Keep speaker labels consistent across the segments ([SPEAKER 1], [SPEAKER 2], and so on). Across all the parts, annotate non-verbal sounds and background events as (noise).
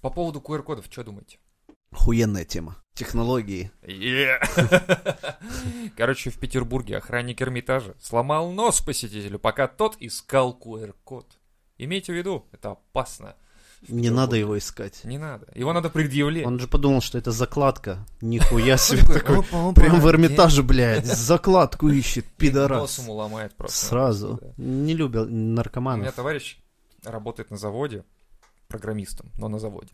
[SPEAKER 1] По поводу QR-кодов, что думаете?
[SPEAKER 2] Охуенная тема. Технологии.
[SPEAKER 1] Е. (laughs) Короче, в Петербурге охранник Эрмитажа сломал нос посетителю, пока тот искал QR-код. Имейте в виду, это опасно.
[SPEAKER 2] Не надо его искать.
[SPEAKER 1] Не надо. Его надо предъявлять.
[SPEAKER 2] Он же подумал, что это закладка. Нихуя себе такой. Прям в Эрмитаже, блядь, закладку ищет,
[SPEAKER 1] Нос
[SPEAKER 2] пидорас.
[SPEAKER 1] ему ломает просто.
[SPEAKER 2] Сразу.
[SPEAKER 1] Да.
[SPEAKER 2] Не любят
[SPEAKER 1] У меня
[SPEAKER 2] наркоманов.
[SPEAKER 1] товарищ работает на заводе программистом, но на заводе.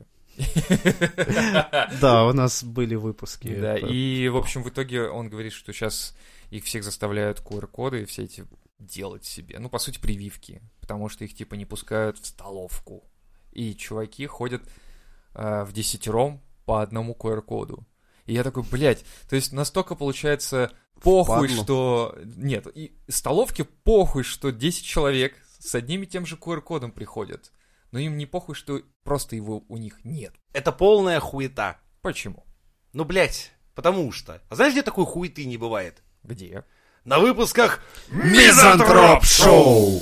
[SPEAKER 2] Да, у нас были выпуски.
[SPEAKER 1] Да,
[SPEAKER 2] Это-
[SPEAKER 1] и, в общем, в итоге он говорит, что сейчас их всех заставляют QR-коды и все эти делать себе. Ну, по сути, прививки, потому что их, типа, не пускают в столовку. И чуваки ходят э, в десятером по одному QR-коду. И я такой, блядь, то есть настолько получается похуй,
[SPEAKER 2] Впадлу.
[SPEAKER 1] что... Нет, и столовке похуй, что 10 человек с одним и тем же QR-кодом приходят. Но им не похуй, что просто его у них нет.
[SPEAKER 3] Это полная хуета.
[SPEAKER 1] Почему?
[SPEAKER 3] Ну, блядь, потому что. А знаешь, где такой хуеты не бывает?
[SPEAKER 1] Где?
[SPEAKER 3] На выпусках Мизантроп Шоу!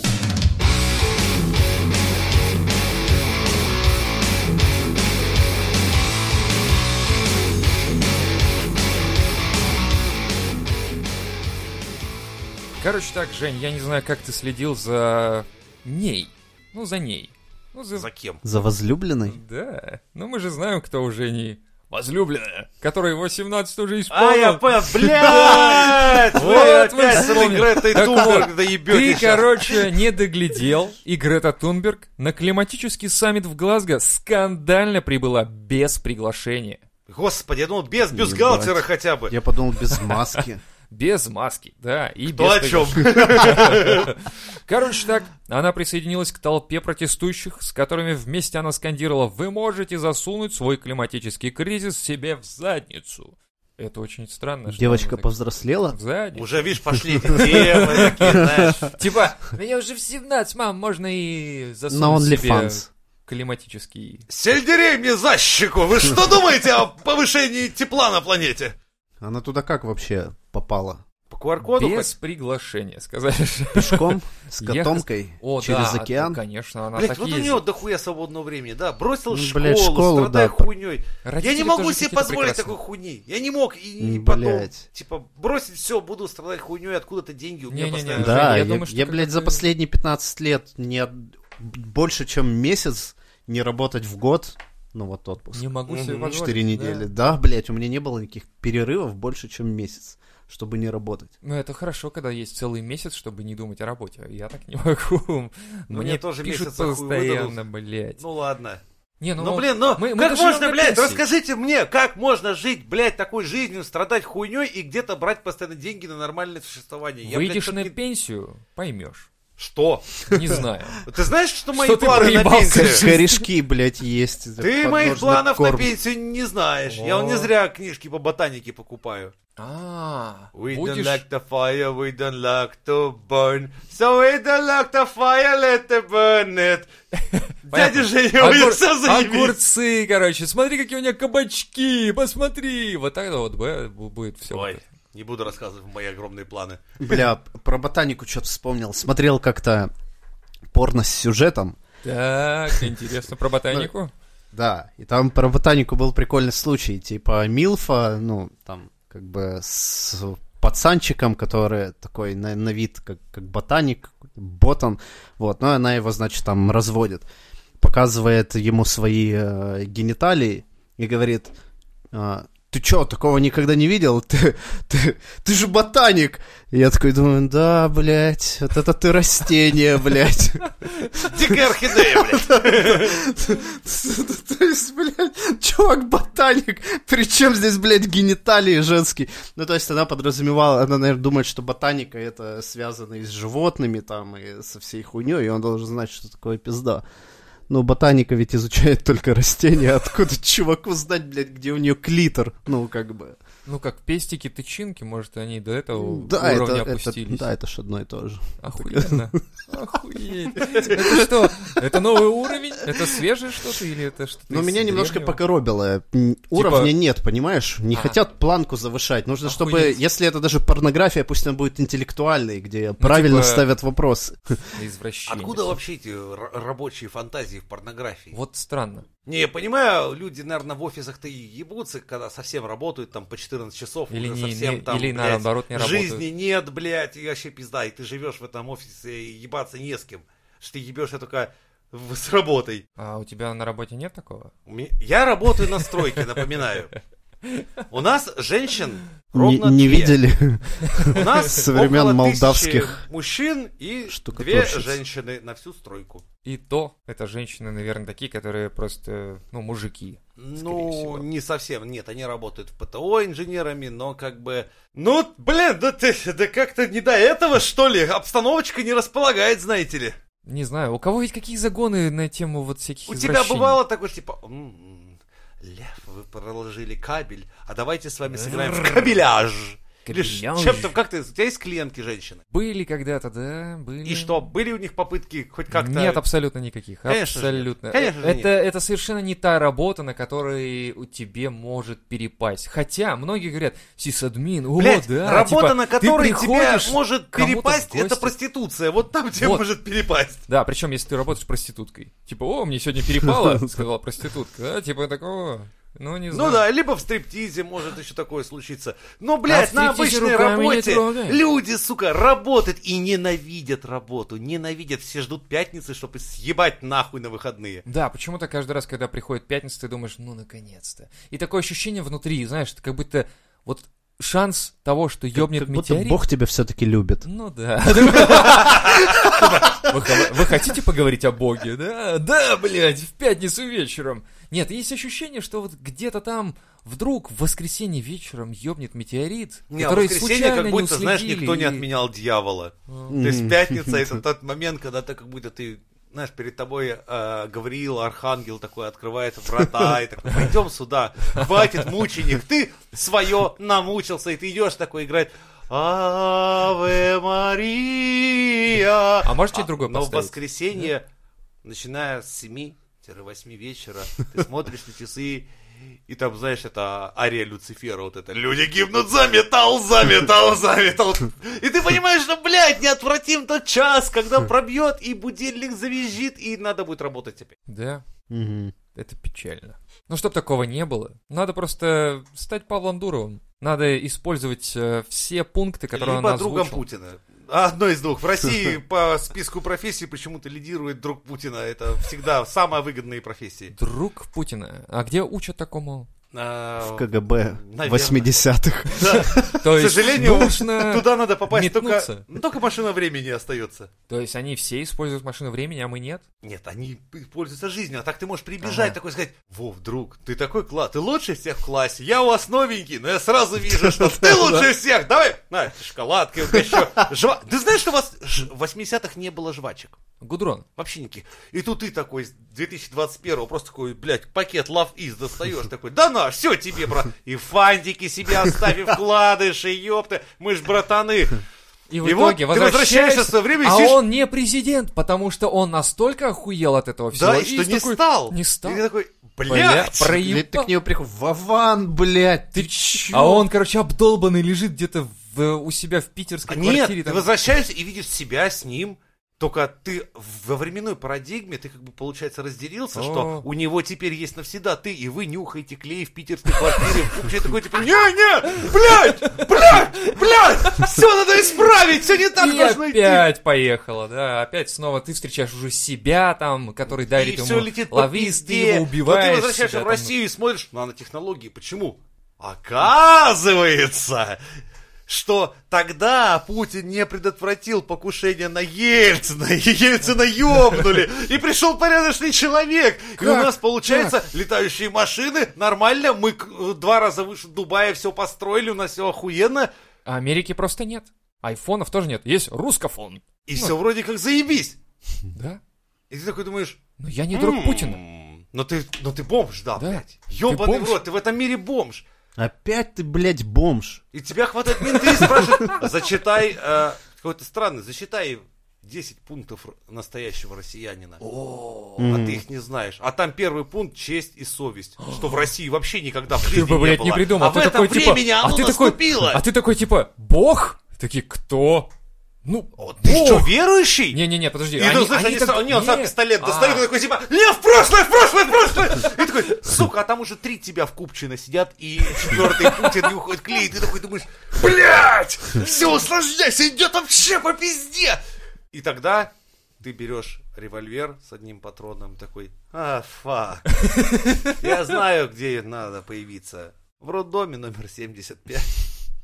[SPEAKER 1] Короче так, Жень, я не знаю, как ты следил за ней. Ну, за ней. Ну, за...
[SPEAKER 3] За кем?
[SPEAKER 2] За возлюбленной?
[SPEAKER 1] Да. Ну, мы же знаем, кто у Жени возлюбленная, которой 18 уже
[SPEAKER 3] А, я
[SPEAKER 1] исполнил.
[SPEAKER 3] (laughs) понял, блядь! Вы
[SPEAKER 1] Вот вы
[SPEAKER 3] опять с этой
[SPEAKER 1] вспомнили.
[SPEAKER 3] Гретой
[SPEAKER 1] Так
[SPEAKER 3] Тунберг
[SPEAKER 1] вот,
[SPEAKER 3] доебете
[SPEAKER 1] Ты,
[SPEAKER 3] сейчас.
[SPEAKER 1] короче, не доглядел, и Грета Тунберг на климатический саммит в Глазго скандально прибыла без приглашения.
[SPEAKER 3] Господи, я думал, без бюстгальтера
[SPEAKER 2] Ебать.
[SPEAKER 3] хотя бы.
[SPEAKER 2] Я подумал,
[SPEAKER 1] (laughs)
[SPEAKER 2] без маски.
[SPEAKER 1] Без маски, да, и
[SPEAKER 3] То
[SPEAKER 1] без
[SPEAKER 3] о чем?
[SPEAKER 1] Короче так, она присоединилась к толпе протестующих, с которыми вместе она скандировала «Вы можете засунуть свой климатический кризис себе в задницу». Это очень странно. что
[SPEAKER 2] Девочка
[SPEAKER 1] она так-
[SPEAKER 2] повзрослела?
[SPEAKER 1] В задницу.
[SPEAKER 3] Уже, видишь, пошли эти темы такие, знаешь.
[SPEAKER 1] Типа, меня уже в 17, мам, можно и засунуть
[SPEAKER 2] На
[SPEAKER 1] себе (laughs)
[SPEAKER 2] OnlyFans.
[SPEAKER 1] климатический...
[SPEAKER 3] Сельдерей мне за щеку! Вы что думаете о повышении тепла на планете?
[SPEAKER 2] Она туда как вообще попала?
[SPEAKER 3] По QR-коду
[SPEAKER 1] Без приглашения, сказали. же.
[SPEAKER 2] Пешком? С
[SPEAKER 1] Ехать-
[SPEAKER 2] котомкой?
[SPEAKER 1] О,
[SPEAKER 2] Через
[SPEAKER 1] да,
[SPEAKER 2] океан?
[SPEAKER 1] конечно, она
[SPEAKER 3] Блять,
[SPEAKER 1] так
[SPEAKER 3] вот у
[SPEAKER 1] ездит.
[SPEAKER 3] него дохуя свободного времени, да,
[SPEAKER 2] Ну,
[SPEAKER 3] бросил школу,
[SPEAKER 2] блядь, школу,
[SPEAKER 3] страдай
[SPEAKER 2] да.
[SPEAKER 3] хуйней. Я
[SPEAKER 1] Родители
[SPEAKER 3] не могу
[SPEAKER 1] тоже
[SPEAKER 3] себе
[SPEAKER 1] какие-то
[SPEAKER 3] позволить
[SPEAKER 1] прекрасные.
[SPEAKER 3] такой хуйни. Я не мог и, и
[SPEAKER 2] М,
[SPEAKER 3] потом,
[SPEAKER 2] блядь.
[SPEAKER 3] типа, бросить все, буду страдать хуйней, откуда-то деньги у меня
[SPEAKER 1] Не-не-не.
[SPEAKER 3] постоянно.
[SPEAKER 1] Жень,
[SPEAKER 2] Да,
[SPEAKER 1] я
[SPEAKER 2] я,
[SPEAKER 1] думаю, что
[SPEAKER 2] я,
[SPEAKER 1] как
[SPEAKER 2] блядь, за
[SPEAKER 1] бы-
[SPEAKER 2] последние 15 лет не од- больше, чем месяц не работать в год, ну вот отпуск,
[SPEAKER 1] Не могу себе
[SPEAKER 3] Мгм.
[SPEAKER 1] позволить.
[SPEAKER 2] четыре
[SPEAKER 1] да.
[SPEAKER 2] недели. Да. блядь, у меня не было никаких перерывов больше, чем месяц, чтобы
[SPEAKER 1] (laughs)
[SPEAKER 2] не работать.
[SPEAKER 1] Ну, это хорошо, когда есть целый месяц, чтобы не думать о работе. Я так не (laughs) могу.
[SPEAKER 3] Ну, Мне тоже
[SPEAKER 1] пишут
[SPEAKER 3] месяца хуй
[SPEAKER 1] постоянно, блядь.
[SPEAKER 3] Ну ладно.
[SPEAKER 1] не,
[SPEAKER 3] Ну, блин, ну
[SPEAKER 1] мы- мы
[SPEAKER 3] как
[SPEAKER 1] даже
[SPEAKER 3] можно,
[SPEAKER 1] на
[SPEAKER 3] блядь,
[SPEAKER 1] пенсии.
[SPEAKER 3] расскажите мне, как можно жить, блядь, такой жизнью, страдать хуйней и где-то брать постоянно деньги на нормальное существование? Я, блядь,
[SPEAKER 1] Выйдешь
[SPEAKER 3] как
[SPEAKER 1] на
[SPEAKER 3] не-
[SPEAKER 1] пенсию, поймешь.
[SPEAKER 3] Что? (laughs)
[SPEAKER 1] Не знаю.
[SPEAKER 3] Ты знаешь, что мои
[SPEAKER 1] Что ты
[SPEAKER 3] планы на
[SPEAKER 1] проебался,
[SPEAKER 3] пенсию?
[SPEAKER 1] Жень?
[SPEAKER 2] Корешки, блядь, есть.
[SPEAKER 3] Ты
[SPEAKER 2] подножный
[SPEAKER 3] моих планов на
[SPEAKER 2] корм.
[SPEAKER 3] пенсию не знаешь. Я вот не
[SPEAKER 1] О.
[SPEAKER 3] зря книжки по ботанике покупаю.
[SPEAKER 1] А,
[SPEAKER 3] We
[SPEAKER 1] будешь...
[SPEAKER 3] don't like the fire, we don't like to burn. So we don't like the fire, let it
[SPEAKER 1] (laughs)
[SPEAKER 3] burn it. Дядя
[SPEAKER 1] Понятно.
[SPEAKER 3] Женя, вы
[SPEAKER 1] Огур-
[SPEAKER 3] все заебись.
[SPEAKER 1] Огурцы, короче. Смотри, какие у меня кабачки, посмотри. Вот так вот б- будет все.
[SPEAKER 3] Ой, не буду рассказывать мои огромные (laughs) планы.
[SPEAKER 2] Бля, про ботанику что-то вспомнил. Смотрел как-то порно с сюжетом.
[SPEAKER 1] Так, интересно
[SPEAKER 3] (laughs) Ну,
[SPEAKER 1] про ботанику.
[SPEAKER 2] Да, и там про ботанику был прикольный случай, типа Милфа, ну, там, как бы с пацанчиком, который такой на, на вид, как, как ботаник, ботан, вот, но она его, значит, там разводит, показывает ему свои э, гениталии и говорит, а, ты чё, такого никогда не видел? Ты, ты, ты же ботаник! И я такой думаю, да, блядь, вот это ты растение, блядь.
[SPEAKER 3] Дикая орхидея, блядь.
[SPEAKER 2] То есть, блядь, чувак ботаник, причем здесь, блядь, гениталии женские? Ну, то есть она подразумевала, она, наверное, думает, что ботаника это связано и с животными там, и со всей хуйней, и он должен знать, что такое пизда. Ну, ботаника ведь изучает только растения, откуда чуваку знать, блядь, где у нее клитор, ну, как бы.
[SPEAKER 1] Ну, как пестики, тычинки, может, они до этого
[SPEAKER 2] Да, это,
[SPEAKER 1] уровня
[SPEAKER 2] это,
[SPEAKER 1] Ну, опустились.
[SPEAKER 2] да, это ж одно и то же.
[SPEAKER 3] (laughs)
[SPEAKER 1] Охуенно. Охуеть. Это что? Это новый уровень? Это свежее что-то или это что-то из
[SPEAKER 2] Но Ну, меня немножко
[SPEAKER 1] древнего?
[SPEAKER 2] покоробило. М,
[SPEAKER 1] Типа
[SPEAKER 2] Уровня нет, понимаешь? Не
[SPEAKER 1] А.
[SPEAKER 2] хотят планку завышать. Нужно, чтобы,
[SPEAKER 1] Охуеть.
[SPEAKER 2] если это даже порнография, пусть она будет интеллектуальной, где правильно
[SPEAKER 1] Ну, типа-
[SPEAKER 2] ставят вопрос.
[SPEAKER 1] Извращение.
[SPEAKER 3] Откуда вообще эти р- рабочие фантазии фантазии в порнографии.
[SPEAKER 1] Вот странно.
[SPEAKER 3] Не, я понимаю, люди, наверное, в офисах-то и ебутся, когда совсем работают там по 14 часов,
[SPEAKER 1] Или,
[SPEAKER 3] уже
[SPEAKER 1] не,
[SPEAKER 3] совсем
[SPEAKER 1] не-
[SPEAKER 3] там,
[SPEAKER 1] или
[SPEAKER 3] блядь,
[SPEAKER 1] наоборот не
[SPEAKER 3] жизни
[SPEAKER 1] работают.
[SPEAKER 3] нет, блядь, и вообще пизда, и ты живешь в этом офисе, и ебаться не с кем, что ты ебешься только в- с работой.
[SPEAKER 1] А у тебя на работе нет такого?
[SPEAKER 3] У ме- Я работаю на стройке, напоминаю. У нас женщин
[SPEAKER 2] Не,
[SPEAKER 3] ровно
[SPEAKER 2] не
[SPEAKER 3] две.
[SPEAKER 2] видели?
[SPEAKER 3] У
[SPEAKER 2] (laughs)
[SPEAKER 3] нас
[SPEAKER 2] со времен
[SPEAKER 3] около
[SPEAKER 2] молдавских
[SPEAKER 3] тысячи мужчин и две
[SPEAKER 2] штукатурщиц.
[SPEAKER 3] женщины на всю стройку.
[SPEAKER 1] И то это женщины, наверное, такие, которые просто, ну, мужики. всего.
[SPEAKER 3] Ну, не совсем. Нет, они работают в ПТО инженерами, но как бы... Ну, блин, да ты да как-то не до этого, что ли? Обстановочка не располагает, знаете ли.
[SPEAKER 1] Не знаю, у кого ведь какие загоны на тему вот всяких
[SPEAKER 3] У тебя
[SPEAKER 1] извращений?
[SPEAKER 3] бывало такое, типа... «М, Лев, вы проложили кабель, а давайте с вами сыграем в кабеляж. Или ш-
[SPEAKER 1] Кабеляж.
[SPEAKER 3] чем-то, как ты, у тебя есть клиентки женщины?
[SPEAKER 1] Были когда-то, да, были.
[SPEAKER 3] И что, были у них попытки хоть как-то...
[SPEAKER 1] Нет абсолютно никаких.
[SPEAKER 3] Конечно же нет.
[SPEAKER 1] абсолютно. Э,
[SPEAKER 3] Конечно же
[SPEAKER 1] это,
[SPEAKER 3] нет.
[SPEAKER 1] это совершенно не та работа, на которой у тебе может перепасть. Хотя многие говорят, сисадмин, о,
[SPEAKER 3] Блядь,
[SPEAKER 1] да.
[SPEAKER 3] работа,
[SPEAKER 1] типа,
[SPEAKER 3] на
[SPEAKER 1] ты
[SPEAKER 3] которой тебя
[SPEAKER 1] приходишь
[SPEAKER 3] может
[SPEAKER 1] к кому-то в
[SPEAKER 3] перепасть, это
[SPEAKER 1] гости.
[SPEAKER 3] проституция. Вот там тебе
[SPEAKER 1] Вот.
[SPEAKER 3] может перепасть.
[SPEAKER 1] Да, причем если ты работаешь проституткой. Типа, о, мне сегодня
[SPEAKER 3] (laughs)
[SPEAKER 1] перепало, сказала проститутка. Да, типа такого, ну не знаю.
[SPEAKER 3] Ну да, либо в стриптизе может еще такое случиться. Но,
[SPEAKER 1] А
[SPEAKER 3] блядь,
[SPEAKER 1] в
[SPEAKER 3] на
[SPEAKER 1] стриптизе
[SPEAKER 3] обычной
[SPEAKER 1] руками не
[SPEAKER 3] работе
[SPEAKER 1] трогай.
[SPEAKER 3] люди, сука, работают и ненавидят работу. Ненавидят, все ждут пятницы, чтобы съебать нахуй на выходные.
[SPEAKER 1] Да, почему-то каждый раз, когда приходит пятница, ты думаешь, ну наконец-то. И такое ощущение внутри, знаешь, как будто вот шанс того, что ёбнет
[SPEAKER 2] Как будто
[SPEAKER 1] метеорит.
[SPEAKER 2] Бог тебя все-таки любит.
[SPEAKER 1] Ну да. (laughs) Вы хо- Вы хотите поговорить о Боге? Да, да, блядь, в пятницу вечером. Нет, есть ощущение, что вот где-то там вдруг в воскресенье вечером ёбнет метеорит,
[SPEAKER 3] Не, а
[SPEAKER 1] который
[SPEAKER 3] воскресенье
[SPEAKER 1] случайно
[SPEAKER 3] как будто,
[SPEAKER 1] не
[SPEAKER 3] знаешь,
[SPEAKER 1] уследили
[SPEAKER 3] никто не
[SPEAKER 1] и-
[SPEAKER 3] отменял дьявола. То есть пятница это
[SPEAKER 1] (laughs)
[SPEAKER 3] тот момент, когда ты как будто ты, знаешь, перед тобой э, Гавриил, Архангел такой открывает врата и такой,
[SPEAKER 1] (laughs)
[SPEAKER 3] пойдем сюда, хватит мученик, ты свое намучился, и ты идешь такой играть Аве Мария.
[SPEAKER 1] А можете другой
[SPEAKER 3] Но в
[SPEAKER 1] поставить?
[SPEAKER 3] воскресенье, начиная с 7-8 вечера, ты смотришь на часы, и там, знаешь, это ария Люцифера, вот это «Люди гибнут за металл, за металл, за металл». И ты понимаешь, что, блядь, неотвратим тот час, когда пробьет, и будильник завизжит, и надо будет работать опять.
[SPEAKER 1] Да,
[SPEAKER 2] Мгм.
[SPEAKER 1] это печально. Ну, чтобы такого не было, надо просто стать Павлом Дуровым. Надо использовать э, все пункты, которые он
[SPEAKER 3] Либо
[SPEAKER 1] озвучил.
[SPEAKER 3] другом Путина. Одно из двух. В России по списку профессий почему-то лидирует друг Путина. Это всегда самые выгодные профессии.
[SPEAKER 1] Друг Путина. А где учат
[SPEAKER 3] (laughs)
[SPEAKER 1] такому?
[SPEAKER 3] А,
[SPEAKER 2] В КГБ
[SPEAKER 3] Наверное.
[SPEAKER 2] 80-х.
[SPEAKER 1] То
[SPEAKER 3] К
[SPEAKER 1] есть
[SPEAKER 3] сожалению,
[SPEAKER 1] нужно-
[SPEAKER 3] Туда надо попасть только...
[SPEAKER 1] метнуться.
[SPEAKER 3] ну, Только машина времени остается.
[SPEAKER 1] То есть они все используют машину времени, а мы нет?
[SPEAKER 3] Нет, они пользуются жизнью, а так ты можешь прибежать,
[SPEAKER 1] Ага.
[SPEAKER 3] такой сказать, Вов, друг, ты такой класс, ты лучше всех в классе, я у вас новенький, но я сразу вижу,
[SPEAKER 1] (laughs)
[SPEAKER 3] что ты лучше всех, давай, на, шоколадки, вот еще, жва... Ты знаешь, что у вас ж- в 80-х не было жвачек?
[SPEAKER 1] Гудрон.
[SPEAKER 3] Вообще никаких. И тут ты такой, с 2021 просто такой, блядь, пакет Love Is достаешь, такой, да на, все тебе, брат, и фантики себе оставь, и вкладыши, ёпта, мы ж братаны.
[SPEAKER 1] И в
[SPEAKER 3] И вот
[SPEAKER 1] итоге
[SPEAKER 3] ты возвращаешься в свое время и
[SPEAKER 1] а
[SPEAKER 3] сидишь-
[SPEAKER 1] он не президент, потому что он настолько охуел от этого всего.
[SPEAKER 3] Да, и что
[SPEAKER 1] с
[SPEAKER 3] не
[SPEAKER 1] такой-
[SPEAKER 3] стал.
[SPEAKER 1] Не стал.
[SPEAKER 3] И ты такой,
[SPEAKER 1] Бля,
[SPEAKER 3] блядь.
[SPEAKER 1] проебал.
[SPEAKER 2] Или ты к нему приходишь, Вован, блядь, ты чё?
[SPEAKER 1] А он, короче, обдолбанный лежит где-то в- у себя в питерской
[SPEAKER 3] А Нет,
[SPEAKER 1] квартире.
[SPEAKER 3] ты
[SPEAKER 1] там.
[SPEAKER 3] возвращаешься и видишь себя с ним. Только ты во временной парадигме, ты как бы, получается, разделился,
[SPEAKER 1] О.
[SPEAKER 3] что у него теперь есть навсегда ты, и вы нюхаете клей в питерской квартире. Вообще такой, типа, не-не, блядь, блядь, блядь, все надо исправить, все не так
[SPEAKER 1] и
[SPEAKER 3] должно идти.
[SPEAKER 1] опять поехала, да, опять снова ты встречаешь уже себя там, который дарит
[SPEAKER 3] И
[SPEAKER 1] ему
[SPEAKER 3] все летит по
[SPEAKER 1] ловись, ты
[SPEAKER 3] пизде.
[SPEAKER 1] его
[SPEAKER 3] Но
[SPEAKER 1] убиваешь.
[SPEAKER 3] ты возвращаешься
[SPEAKER 1] себя
[SPEAKER 3] в
[SPEAKER 1] там.
[SPEAKER 3] Россию и смотришь ну, нанотехнологии. Почему? Оказывается, что тогда Путин не предотвратил покушение на Ельцина, и Ельцина ёбнули, и пришел порядочный человек. И у
[SPEAKER 1] Как?
[SPEAKER 3] нас, получается, летающие машины, нормально, мы к- э, два раза выше Дубая все построили, у нас все охуенно,
[SPEAKER 1] А Америки просто нет. Айфонов тоже нет. Есть русскофон.
[SPEAKER 3] и все вроде как заебись.
[SPEAKER 1] Да?
[SPEAKER 3] И ты такой думаешь,
[SPEAKER 1] Но я не друг
[SPEAKER 3] «М,
[SPEAKER 1] Путина.
[SPEAKER 3] Но ты, но ты бомж, да,
[SPEAKER 1] Да.
[SPEAKER 3] блядь.
[SPEAKER 1] Ты
[SPEAKER 3] Ёбаный в
[SPEAKER 1] бомж.
[SPEAKER 3] рот, ты в этом мире бомж.
[SPEAKER 2] Опять ты, блядь, бомж.
[SPEAKER 3] И тебя хватает менты и спрашивают, зачитай, э, какой-то странный, зачитай 10 пунктов р- настоящего россиянина. А ты их не знаешь. А там первый пункт честь и совесть. Что в России вообще никогда в жизни
[SPEAKER 1] Ты бы, блядь,
[SPEAKER 3] не
[SPEAKER 1] не
[SPEAKER 3] было.
[SPEAKER 1] придумал.
[SPEAKER 3] А в
[SPEAKER 1] ты
[SPEAKER 3] этом
[SPEAKER 1] такой, типа,
[SPEAKER 3] времени
[SPEAKER 1] а
[SPEAKER 3] оно
[SPEAKER 1] ты такой,
[SPEAKER 3] наступило.
[SPEAKER 1] а ты такой, типа, бог? Такие, кто? Ну,
[SPEAKER 3] Ты
[SPEAKER 1] бог!
[SPEAKER 3] что, верующий?
[SPEAKER 1] Не-не-не, подожди.
[SPEAKER 3] И
[SPEAKER 1] они-
[SPEAKER 3] ну, знаешь,
[SPEAKER 1] они
[SPEAKER 3] они
[SPEAKER 1] так-
[SPEAKER 3] ста- не, он сам
[SPEAKER 1] нет.
[SPEAKER 3] пистолет
[SPEAKER 1] А, (laughs)
[SPEAKER 3] достает, он такой типа, не, в прошлое, в прошлое, в прошлое! И такой, сука, а там уже три тебя в купчино сидят, и четвертый Путин не уходит клей, и ты такой думаешь, блядь, все усложняйся, идет вообще по пизде! И тогда ты берешь револьвер с одним патроном, такой, а, фак, я знаю, где надо появиться. В роддоме номер 75.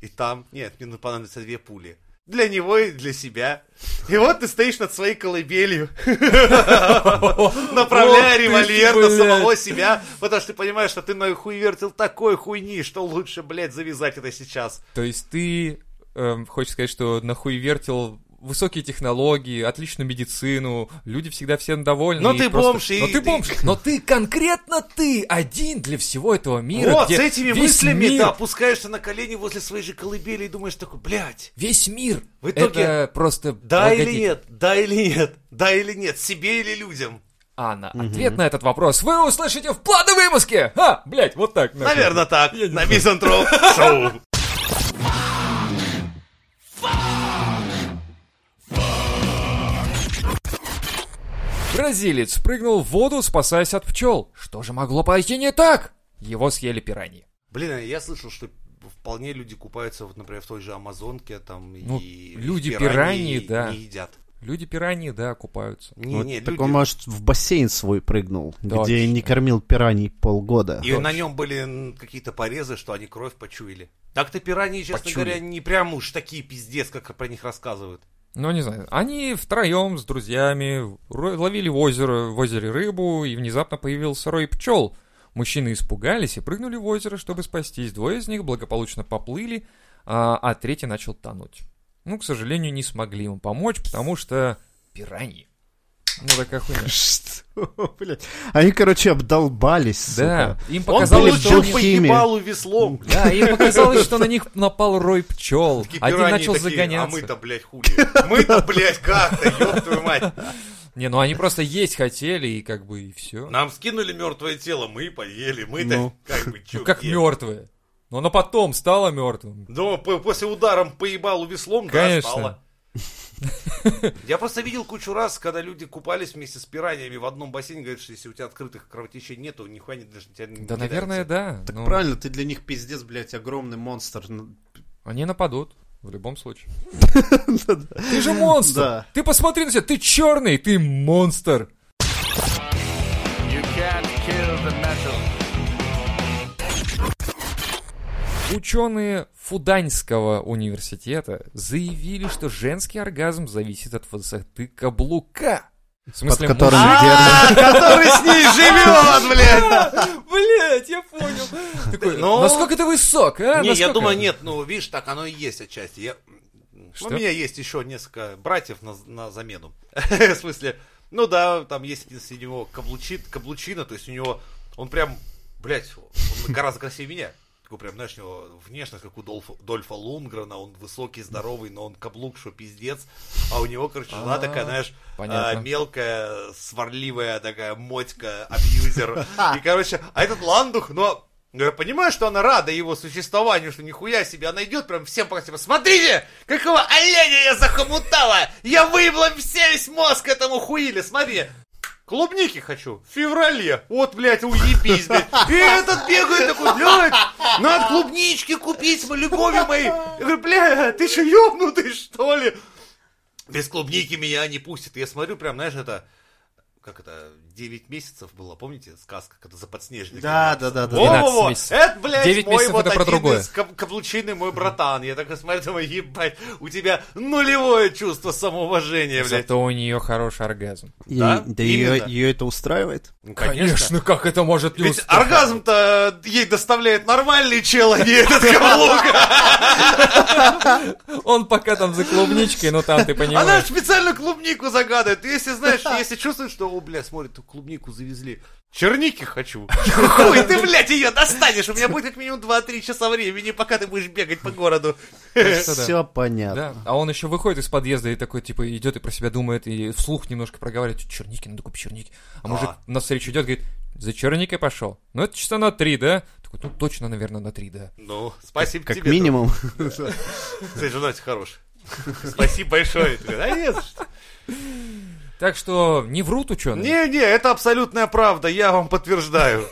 [SPEAKER 3] И там, нет, мне понадобятся две пули. Для него и для себя. И вот ты стоишь над своей колыбелью, направляя
[SPEAKER 1] (laughs) Вот ты,
[SPEAKER 3] револьвер на
[SPEAKER 1] блядь.
[SPEAKER 3] самого себя, потому что ты понимаешь, что ты на вертел такой хуйни, что лучше, блядь, завязать это сейчас.
[SPEAKER 1] То есть ты эм, хочешь сказать, что нахуй вертел высокие технологии, отличную медицину, люди всегда всем довольны.
[SPEAKER 3] Но
[SPEAKER 1] и
[SPEAKER 3] ты
[SPEAKER 1] просто-
[SPEAKER 3] бомж, и
[SPEAKER 1] Но ты
[SPEAKER 3] ты- (laughs)
[SPEAKER 1] бомж, но ты конкретно ты один для всего этого мира.
[SPEAKER 3] вот,
[SPEAKER 1] где
[SPEAKER 3] с этими
[SPEAKER 1] весь
[SPEAKER 3] мыслями
[SPEAKER 1] мир-
[SPEAKER 3] ты опускаешься на колени возле своей же колыбели и думаешь такой, блядь,
[SPEAKER 1] Весь мир.
[SPEAKER 3] В итоге-
[SPEAKER 1] Это просто...
[SPEAKER 3] да или
[SPEAKER 1] благодетель.
[SPEAKER 3] нет, да или нет, да или нет, себе или людям.
[SPEAKER 1] А на ответ на этот вопрос вы услышите в плановой выпуске! А, блять, вот так. нахуй.
[SPEAKER 3] Наверное, так. На Мизантроп Шоу.
[SPEAKER 1] Бразилец прыгнул в воду, спасаясь от пчел. Что же могло пойти не так? Его съели пираньи.
[SPEAKER 3] Блин, а я слышал, что вполне люди купаются, вот, например, в той же Амазонке, там,
[SPEAKER 1] Ну,
[SPEAKER 3] и
[SPEAKER 1] люди пираньи,
[SPEAKER 3] пираньи
[SPEAKER 1] да.
[SPEAKER 3] не едят.
[SPEAKER 1] Люди пираньи, да, купаются.
[SPEAKER 3] Не,
[SPEAKER 2] Вот
[SPEAKER 3] не,
[SPEAKER 2] так
[SPEAKER 3] люди-
[SPEAKER 2] он, может, в бассейн свой прыгнул, где
[SPEAKER 1] Точно.
[SPEAKER 2] не кормил пираний полгода.
[SPEAKER 3] И на нем были м, какие-то порезы, что они кровь почуяли. Так-то пираньи, честно
[SPEAKER 1] Почуяли.
[SPEAKER 3] говоря, не прям уж такие пиздец, как про них рассказывают.
[SPEAKER 1] Ну, не знаю. Они втроем с друзьями ро- ловили в озеро, в озере рыбу, и внезапно появился рой пчел. Мужчины испугались и прыгнули в озеро, чтобы спастись. Двое из них благополучно поплыли, а, а третий начал тонуть. Ну, к сожалению, не смогли ему помочь, потому что пираньи. Ну, такая хуйня.
[SPEAKER 2] (laughs) Что, блядь? Они, короче, обдолбались,
[SPEAKER 1] Да, им
[SPEAKER 3] Он
[SPEAKER 1] показалось,
[SPEAKER 2] был
[SPEAKER 1] что
[SPEAKER 3] получил
[SPEAKER 1] у
[SPEAKER 2] в
[SPEAKER 1] них-
[SPEAKER 3] по
[SPEAKER 2] химии.
[SPEAKER 3] ебалу веслом.
[SPEAKER 1] Да, им показалось, что на них напал рой пчел.
[SPEAKER 3] Такие
[SPEAKER 1] Один
[SPEAKER 3] пираньи
[SPEAKER 1] начал
[SPEAKER 3] такие, А
[SPEAKER 1] загоняться.
[SPEAKER 3] мы-то, блядь, хули. Мы-то, блядь, как-то, ёб твою мать.
[SPEAKER 1] Не, ну они просто есть хотели, и как бы и все.
[SPEAKER 3] Нам скинули мертвое тело, мы поели, мы-то
[SPEAKER 2] Ну.
[SPEAKER 3] как бы чё,
[SPEAKER 1] Ну как
[SPEAKER 3] где?
[SPEAKER 1] мертвые. Но она потом стала мертвым.
[SPEAKER 3] Да, по- после ударом по ебалу веслом, да,
[SPEAKER 1] Конечно. (laughs)
[SPEAKER 3] стало. Я просто видел кучу раз, когда люди купались вместе с пираниями в одном бассейне, говорят, что если у тебя открытых кровотечений нету, нихуя не даже на тебя не
[SPEAKER 1] Да,
[SPEAKER 3] кидается.
[SPEAKER 1] наверное, да.
[SPEAKER 2] Так
[SPEAKER 1] Ну,
[SPEAKER 2] правильно, ты для них пиздец, блядь, огромный монстр. Ну,
[SPEAKER 1] Они нападут. В любом (laughs) случае. Ты же монстр.
[SPEAKER 2] Да.
[SPEAKER 1] Ты посмотри на себя. Ты черный, ты монстр.
[SPEAKER 4] You can't kill the metal.
[SPEAKER 1] Ученые Фуданьского университета заявили, что женский оргазм зависит от высоты каблука. В
[SPEAKER 2] Под
[SPEAKER 1] смысле,
[SPEAKER 2] которым
[SPEAKER 1] мужик-
[SPEAKER 2] держат.
[SPEAKER 3] Который с ней
[SPEAKER 2] (laughs)
[SPEAKER 1] (laughs)
[SPEAKER 3] живет, блядь!
[SPEAKER 1] Блять, я понял. Такой,
[SPEAKER 3] Ну-
[SPEAKER 1] Насколько ты высок, а?
[SPEAKER 3] Не, я
[SPEAKER 1] Насколько?»
[SPEAKER 3] думаю, нет, ну, видишь, так оно и есть отчасти. Я- ну,
[SPEAKER 1] Что?
[SPEAKER 3] У меня есть еще несколько братьев на, на замену. (laughs) В смысле, ну да, там есть один среди него каблучит, каблучина, то есть у него, он прям, блядь, он гораздо красивее меня. Такой прям, знаешь, у него внешность, как у Долфа, Дольфа Лунгрена, он высокий, здоровый, но он каблук, что пиздец. А у него, короче, жена
[SPEAKER 1] А,
[SPEAKER 3] такая, знаешь,
[SPEAKER 1] понятно.
[SPEAKER 3] а, мелкая, сварливая такая мотька, абьюзер. И, короче, а этот Ландух, но ну, я понимаю, что она рада его существованию, что нихуя себе, она идет прям всем пока, типа, смотрите, какого оленя я захомутала, я выебла весь мозг этому хуиле, смотри, клубники хочу, в феврале, вот, блядь, уебись, блядь, и этот бегает такой, блядь, надо клубнички купить, мы, любовью моей, я говорю, блядь, ты что, ебнутый, что ли, без клубники меня не пустит. Я смотрю, прям, знаешь, это как это, 9 месяцев было, помните, сказка, когда за подснежник.
[SPEAKER 2] Да, да, да, да.
[SPEAKER 1] Двенадцать
[SPEAKER 3] Во-во-во,
[SPEAKER 1] месяцев.
[SPEAKER 3] это, блядь,
[SPEAKER 1] 9
[SPEAKER 3] мой
[SPEAKER 1] месяцев
[SPEAKER 3] вот
[SPEAKER 1] это про
[SPEAKER 2] один
[SPEAKER 1] другое.
[SPEAKER 3] из каб- каблучины мой братан. Я такой смотрю, думаю, ебать, у тебя нулевое чувство самоуважения, блядь.
[SPEAKER 1] Зато у нее хороший оргазм.
[SPEAKER 2] И-
[SPEAKER 3] Да,
[SPEAKER 2] Да ее
[SPEAKER 3] именно.
[SPEAKER 2] ее это устраивает?
[SPEAKER 3] Ну,
[SPEAKER 1] как это может не
[SPEAKER 3] Ведь
[SPEAKER 1] устраивать?
[SPEAKER 3] оргазм-то ей доставляет нормальный чел, а не этот каблук.
[SPEAKER 1] Он пока там за клубничкой, но там ты
[SPEAKER 3] Она
[SPEAKER 1] понимаешь.
[SPEAKER 3] ж специально клубнику загадывает. Ты Если (laughs) знаешь, если чувствуешь, что, о, бля, смотри, ту клубнику завезли. Черники хочу. (laughs) Хуй ты, блядь, ее достанешь. У меня будет как минимум 2-3 часа времени, пока ты будешь бегать по городу.
[SPEAKER 1] Так что да.
[SPEAKER 2] Все
[SPEAKER 1] Да,
[SPEAKER 2] понятно.
[SPEAKER 1] а он еще выходит из подъезда и такой, типа, идет и про себя думает, и вслух немножко проговаривает, черники, надо купить черники. А мужик
[SPEAKER 3] А.
[SPEAKER 1] на встречу идет, говорит, за черникой пошел. Ну, это часа на три, да? Такой, ну, точно, наверное, на три, да.
[SPEAKER 3] Ну, спасибо
[SPEAKER 2] Как
[SPEAKER 3] тебе.
[SPEAKER 2] минимум. А,
[SPEAKER 3] друг. Ты же, знаете, хорош. Спасибо большое. Я такой, Да нет, за что.
[SPEAKER 1] Так что не врут ученые.
[SPEAKER 3] Не-не, это абсолютная правда, я вам подтверждаю.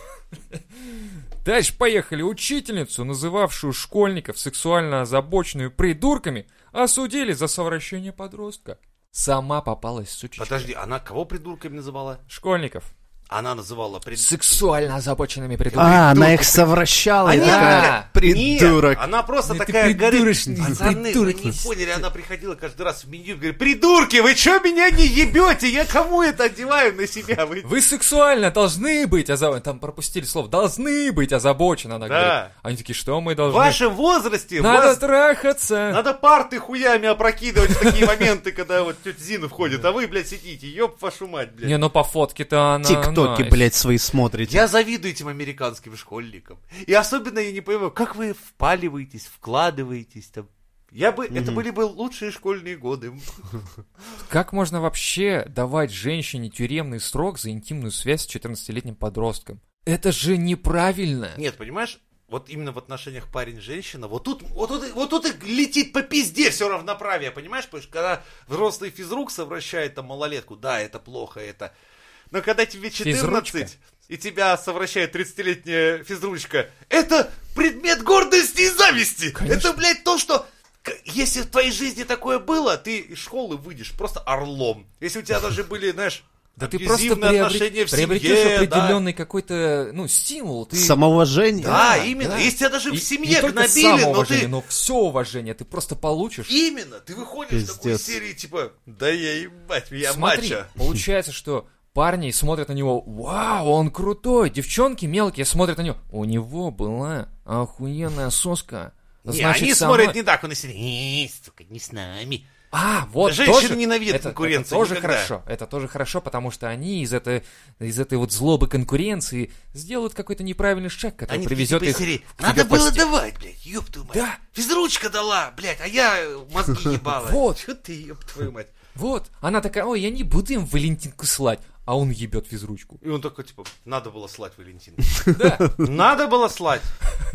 [SPEAKER 1] Дальше поехали. Учительницу, называвшую школьников сексуально озабоченную придурками, осудили за совращение подростка. Сама попалась сучечка.
[SPEAKER 3] Подожди, она кого придурками называла?
[SPEAKER 1] Школьников.
[SPEAKER 3] Она называла прид-
[SPEAKER 1] Сексуально озабоченными придурками.
[SPEAKER 2] А, она
[SPEAKER 3] придурок.
[SPEAKER 2] их совращала. и
[SPEAKER 3] Они-
[SPEAKER 2] такая,
[SPEAKER 1] Да.
[SPEAKER 2] Придурок.
[SPEAKER 3] Нет, она просто
[SPEAKER 1] Да ты
[SPEAKER 3] такая горит.
[SPEAKER 1] придурочный,
[SPEAKER 3] Пацаны, вы
[SPEAKER 1] придурок.
[SPEAKER 3] не поняли, она приходила каждый раз в меню и говорит, придурки, вы чё меня не ебете? Я кому это одеваю на себя? Вы...
[SPEAKER 1] Вы сексуально должны быть озабочены. Там пропустили слово. Должны быть озабочены, она
[SPEAKER 3] Да.
[SPEAKER 1] говорит. Они такие, что мы
[SPEAKER 3] В
[SPEAKER 1] должны?
[SPEAKER 3] вашем возрасте
[SPEAKER 1] Надо
[SPEAKER 3] вас...
[SPEAKER 1] трахаться.
[SPEAKER 3] Надо парты хуями опрокидывать в такие моменты, когда вот тетя Зина входит, а вы, блядь, сидите, ёб вашу мать, блядь.
[SPEAKER 1] Не, ну по фотке-то она...
[SPEAKER 2] Тиктоки,
[SPEAKER 1] nice.
[SPEAKER 2] блядь, свои смотрите.
[SPEAKER 3] Я завидую этим американским школьникам. И особенно я не понимаю, как вы впаливаетесь, вкладываетесь там. Я бы, это были бы лучшие школьные годы.
[SPEAKER 1] Как можно вообще давать женщине тюремный срок за интимную связь с 14-летним подростком? Это же неправильно.
[SPEAKER 3] Нет, понимаешь, вот именно в отношениях парень-женщина, вот тут, вот тут, вот тут и летит по пизде все равноправие, понимаешь? Потому что когда взрослый физрук совращает там малолетку, да, это плохо, это... Но когда тебе 14,
[SPEAKER 1] Физручка.
[SPEAKER 3] и тебя совращает 30-летняя физручка, это предмет гордости и зависти! Это, блядь, то, что... к- Если в твоей жизни такое было, ты из школы выйдешь просто орлом. Если у тебя даже были, знаешь,
[SPEAKER 1] Да ты просто
[SPEAKER 3] абьюзивные
[SPEAKER 1] приобре-
[SPEAKER 3] отношения в
[SPEAKER 1] приобретешь
[SPEAKER 3] семье, да.
[SPEAKER 1] определенный какой-то, ну, стимул. Ты...
[SPEAKER 2] Самоважение.
[SPEAKER 3] Да,
[SPEAKER 1] Да,
[SPEAKER 3] именно.
[SPEAKER 1] да.
[SPEAKER 3] Если тебя даже
[SPEAKER 1] И-
[SPEAKER 3] в семье
[SPEAKER 1] не только
[SPEAKER 3] гнобили, но
[SPEAKER 1] самоуважение,
[SPEAKER 3] ты...
[SPEAKER 1] но все уважение ты просто получишь.
[SPEAKER 3] Именно, ты выходишь в такой
[SPEAKER 2] Пиздец.
[SPEAKER 3] серии, типа, да я ебать, я
[SPEAKER 1] Смотри,
[SPEAKER 3] мачо.
[SPEAKER 1] получается, что парни смотрят на него, вау, он крутой, девчонки мелкие смотрят на него, у него была охуенная соска.
[SPEAKER 3] Не,
[SPEAKER 1] Значит,
[SPEAKER 3] они
[SPEAKER 1] со
[SPEAKER 3] смотрят
[SPEAKER 1] мной-
[SPEAKER 3] не так, он из серии, «Э, сука, не с нами.
[SPEAKER 1] А, вот
[SPEAKER 3] Женщины
[SPEAKER 1] тоже.
[SPEAKER 3] ненавидят
[SPEAKER 1] это, это
[SPEAKER 3] конкуренцию
[SPEAKER 1] тоже
[SPEAKER 3] никогда.
[SPEAKER 1] хорошо. Это тоже хорошо, потому что они из этой, из этой вот злобы конкуренции сделают какой-то неправильный шаг, который
[SPEAKER 3] Они
[SPEAKER 1] Э, привезет
[SPEAKER 3] такие,
[SPEAKER 1] их
[SPEAKER 3] типа, из серии,
[SPEAKER 1] к тебе
[SPEAKER 3] Надо
[SPEAKER 1] в
[SPEAKER 3] было
[SPEAKER 1] постель».
[SPEAKER 3] давать, блядь, ёб твою мать.
[SPEAKER 1] Да.
[SPEAKER 3] Физручка дала, блядь, а я
[SPEAKER 1] (laughs)
[SPEAKER 3] мозги ебала.
[SPEAKER 1] Вот.
[SPEAKER 3] Чё ты, ёб твою мать.
[SPEAKER 1] Вот, она такая, ой, я не буду им Валентинку слать, а он ебет физручку. (laughs)
[SPEAKER 3] И он такой, типа, надо было слать Валентину.
[SPEAKER 1] Да,
[SPEAKER 3] Надо было слать.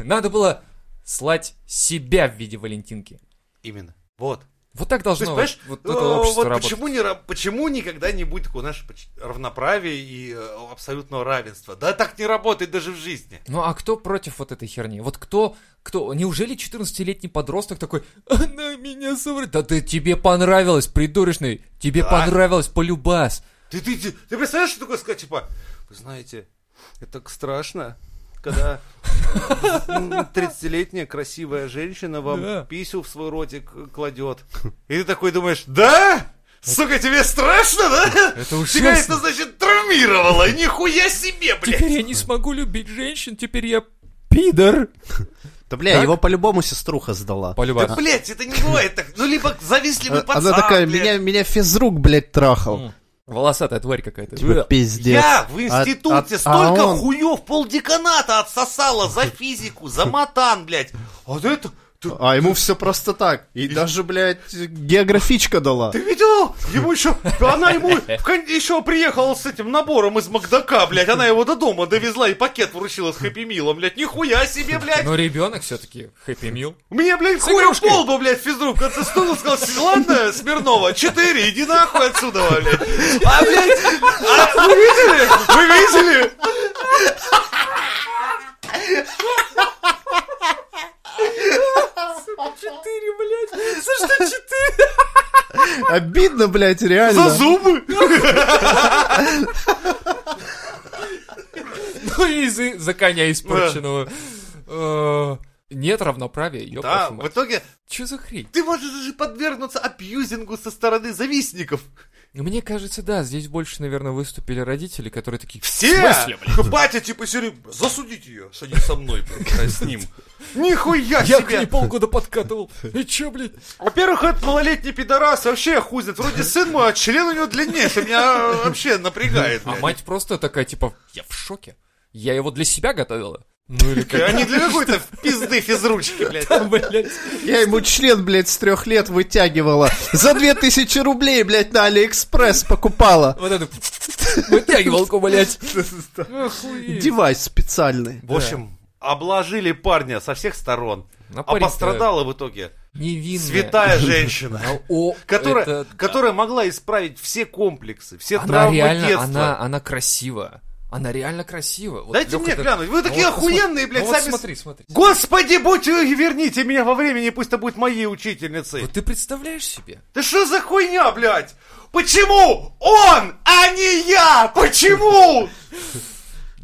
[SPEAKER 1] надо было слать себя в виде Валентинки.
[SPEAKER 3] Именно. Вот.
[SPEAKER 1] Вот так
[SPEAKER 3] То есть,
[SPEAKER 1] должно
[SPEAKER 3] понимаешь,
[SPEAKER 1] вот
[SPEAKER 3] э,
[SPEAKER 1] это общество
[SPEAKER 3] вот
[SPEAKER 1] работать.
[SPEAKER 3] почему, не, ра- почему никогда не будет такого, знаешь, поч- равноправия и э, абсолютного равенства? Да так не работает даже в жизни.
[SPEAKER 1] Ну а кто против вот этой херни? Вот кто, кто, неужели 14-летний подросток такой, она меня соврать? Да ты, тебе понравилось, придурочный, тебе
[SPEAKER 3] Да.
[SPEAKER 1] понравилось, полюбас.
[SPEAKER 3] Ты, ты, ты, ты представляешь, что такое сказать, типа, вы знаете, это так страшно, когда 30-летняя красивая женщина вам
[SPEAKER 1] Да.
[SPEAKER 3] писю в свой ротик кладет. И ты такой думаешь, да? Сука, тебе страшно, да?
[SPEAKER 1] Это
[SPEAKER 3] Тебя
[SPEAKER 1] ужасно.
[SPEAKER 3] это, значит, травмировало. Нихуя себе, блядь.
[SPEAKER 1] Теперь я не смогу любить женщин, теперь я пидор.
[SPEAKER 2] Да, бля,
[SPEAKER 1] Так?
[SPEAKER 2] его по-любому сеструха сдала.
[SPEAKER 1] Полюбас.
[SPEAKER 3] Да, блядь, это не бывает так. Ну, либо завистливый
[SPEAKER 2] Э,
[SPEAKER 3] пацан,
[SPEAKER 2] Она такая,
[SPEAKER 3] блядь.
[SPEAKER 2] меня, меня физрук, блядь, трахал.
[SPEAKER 1] Волосатая тварь какая-то.
[SPEAKER 2] Типа, пиздец.
[SPEAKER 3] Я в
[SPEAKER 2] А-
[SPEAKER 3] институте
[SPEAKER 2] а- а
[SPEAKER 3] столько
[SPEAKER 2] он-
[SPEAKER 3] хуев полдеканата
[SPEAKER 2] (laughs)
[SPEAKER 3] отсосала за физику, за матан, блядь. А ты это... Ты,
[SPEAKER 2] А ему все просто так. И даже, блядь, географичка дала.
[SPEAKER 3] ты видел? Ему еще... Она ему еще приехала с этим набором из Макдака, блядь. Она его до дома довезла и пакет вручила с Хэппи Милом, блядь. Нихуя себе, блядь.
[SPEAKER 2] Ну,
[SPEAKER 1] Но ребенок все-таки хэппи мил.
[SPEAKER 3] Мне, блядь,
[SPEAKER 1] С
[SPEAKER 3] хуй в
[SPEAKER 1] игрушкой.
[SPEAKER 3] полбу, блядь, физрук отсостул и сказал, «Си- ладно, Смирнова, четыре, иди нахуй отсюда, блядь. А, блядь, а, вы видели? Вы видели?
[SPEAKER 1] Четыре, блядь. За что четыре?
[SPEAKER 2] Обидно, блядь,
[SPEAKER 3] За
[SPEAKER 2] реально.
[SPEAKER 3] зубы?
[SPEAKER 1] (laughs) Ну и за, за коня испорченного. Э, Нет равноправия, ёб
[SPEAKER 3] (laughs) Да,
[SPEAKER 1] вашу
[SPEAKER 3] в
[SPEAKER 1] мать.
[SPEAKER 3] итоге
[SPEAKER 1] Чё за хрень?
[SPEAKER 3] ты можешь даже подвергнуться абьюзингу со стороны завистников.
[SPEAKER 1] Мне кажется, да, здесь больше, наверное, выступили родители, которые такие...
[SPEAKER 3] (laughs)
[SPEAKER 1] «В
[SPEAKER 3] Все!
[SPEAKER 1] смысле, блядь?
[SPEAKER 3] Батя типа серии, засудите ее, что не со мной, блядь, а с ним. Нихуя
[SPEAKER 1] Я к ней
[SPEAKER 3] себе!
[SPEAKER 1] полгода подкатывал. И чё, блядь?
[SPEAKER 3] Во-первых, этот малолетний пидорас вообще хуй знает. Вроде сын мой, а член у него длиннее, что меня э, вообще напрягает.
[SPEAKER 1] А
[SPEAKER 3] блядь.
[SPEAKER 1] мать просто такая, типа, я в шоке. Я его для себя готовила. Ну или как?
[SPEAKER 3] Они для какой-то пизды физручки, блядь.
[SPEAKER 1] (laughs) Блядь.
[SPEAKER 2] Я ему член, блядь, с трех лет вытягивала. За две тысячи рублей, блядь, на Алиэкспресс
[SPEAKER 3] (laughs)
[SPEAKER 2] покупала.
[SPEAKER 1] Вот эту (laughs) вытягивалку, блядь. Охуеть.
[SPEAKER 2] Девайс специальный.
[SPEAKER 3] В общем, обложили парня со всех сторон.
[SPEAKER 1] Ну,
[SPEAKER 3] А
[SPEAKER 1] парень-то-
[SPEAKER 3] пострадала в итоге
[SPEAKER 1] Невинная.
[SPEAKER 3] Святая женщина.
[SPEAKER 1] А, О,
[SPEAKER 3] Которая,
[SPEAKER 1] это-
[SPEAKER 3] которая могла исправить все комплексы, все
[SPEAKER 1] Она
[SPEAKER 3] травмы
[SPEAKER 1] реально,
[SPEAKER 3] детства.
[SPEAKER 1] она, она красива. Она реально красива. Вот,
[SPEAKER 3] Дайте
[SPEAKER 1] Лёха,
[SPEAKER 3] мне
[SPEAKER 1] это-
[SPEAKER 3] глянуть. Вы
[SPEAKER 1] Ну
[SPEAKER 3] такие
[SPEAKER 1] вот посмотри-
[SPEAKER 3] охуенные, блядь,
[SPEAKER 1] ну вот
[SPEAKER 3] сами с-
[SPEAKER 1] смотри, смотри.
[SPEAKER 3] Господи, будь вы- верните меня во времени, пусть это будет моей учительницей.
[SPEAKER 1] Вот ты представляешь себе?
[SPEAKER 3] Да что за хуйня, блядь? Почему он, а не я?
[SPEAKER 1] (laughs)
[SPEAKER 3] Почему?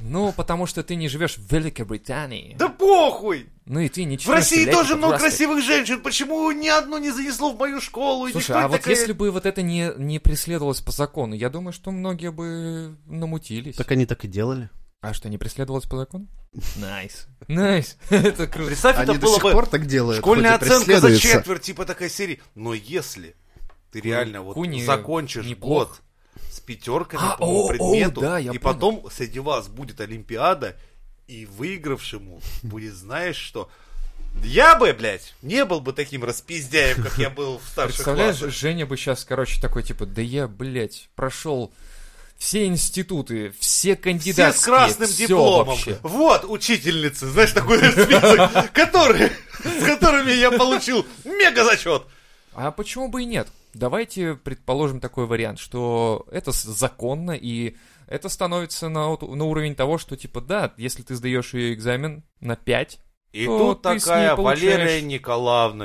[SPEAKER 1] Ну, потому что ты не живешь в Великобритании.
[SPEAKER 3] Да похуй!
[SPEAKER 1] Ну и ты не
[SPEAKER 3] В России
[SPEAKER 1] 14-летний
[SPEAKER 3] тоже много
[SPEAKER 1] подросток.
[SPEAKER 3] красивых женщин. Почему ни одну не занесло в мою школу? И
[SPEAKER 1] Слушай,
[SPEAKER 3] никто
[SPEAKER 1] а
[SPEAKER 3] не
[SPEAKER 1] вот
[SPEAKER 3] такая-
[SPEAKER 1] если бы вот это не, не преследовалось по закону, я думаю, что многие бы намутились.
[SPEAKER 2] Так они так и делали.
[SPEAKER 1] А что, не преследовалось по закону? Найс. Найс. (laughs) Это круто.
[SPEAKER 3] Представь, это
[SPEAKER 2] Они до
[SPEAKER 3] было
[SPEAKER 2] сих
[SPEAKER 3] бы
[SPEAKER 2] пор так делают.
[SPEAKER 3] школьная
[SPEAKER 2] хоть и
[SPEAKER 3] оценка за
[SPEAKER 2] преследуется.
[SPEAKER 3] четверть, типа такой серии. Но если ты реально вот
[SPEAKER 1] Куни
[SPEAKER 3] закончишь
[SPEAKER 1] неплох.
[SPEAKER 3] год с пятерками
[SPEAKER 1] А,
[SPEAKER 3] по моему
[SPEAKER 1] о, о,
[SPEAKER 3] предмету,
[SPEAKER 1] да, я
[SPEAKER 3] и
[SPEAKER 1] понял.
[SPEAKER 3] потом среди вас будет Олимпиада, и выигравшему будет, знаешь что... Я бы, блядь, не был бы таким распиздяем, как я был в старших
[SPEAKER 1] Представляешь,
[SPEAKER 3] классах.
[SPEAKER 1] Женя бы сейчас, короче, такой, типа, да я, блядь, прошел все институты, все
[SPEAKER 3] Все
[SPEAKER 1] кандидатские.
[SPEAKER 3] с красным
[SPEAKER 1] всё
[SPEAKER 3] дипломом.
[SPEAKER 1] вообще.
[SPEAKER 3] Вот учительницы, знаешь, такой (laughs) список, которые, с которыми я получил мега зачет.
[SPEAKER 1] А почему бы и нет? Давайте предположим такой вариант, что это с- законно, и это становится на, вот- на уровень того, что, типа, да, если ты сдаешь ее экзамен на 5,
[SPEAKER 3] И
[SPEAKER 1] То
[SPEAKER 3] тут
[SPEAKER 1] ты с ней
[SPEAKER 3] такая
[SPEAKER 1] получаешь-
[SPEAKER 3] Валерия Николаевна,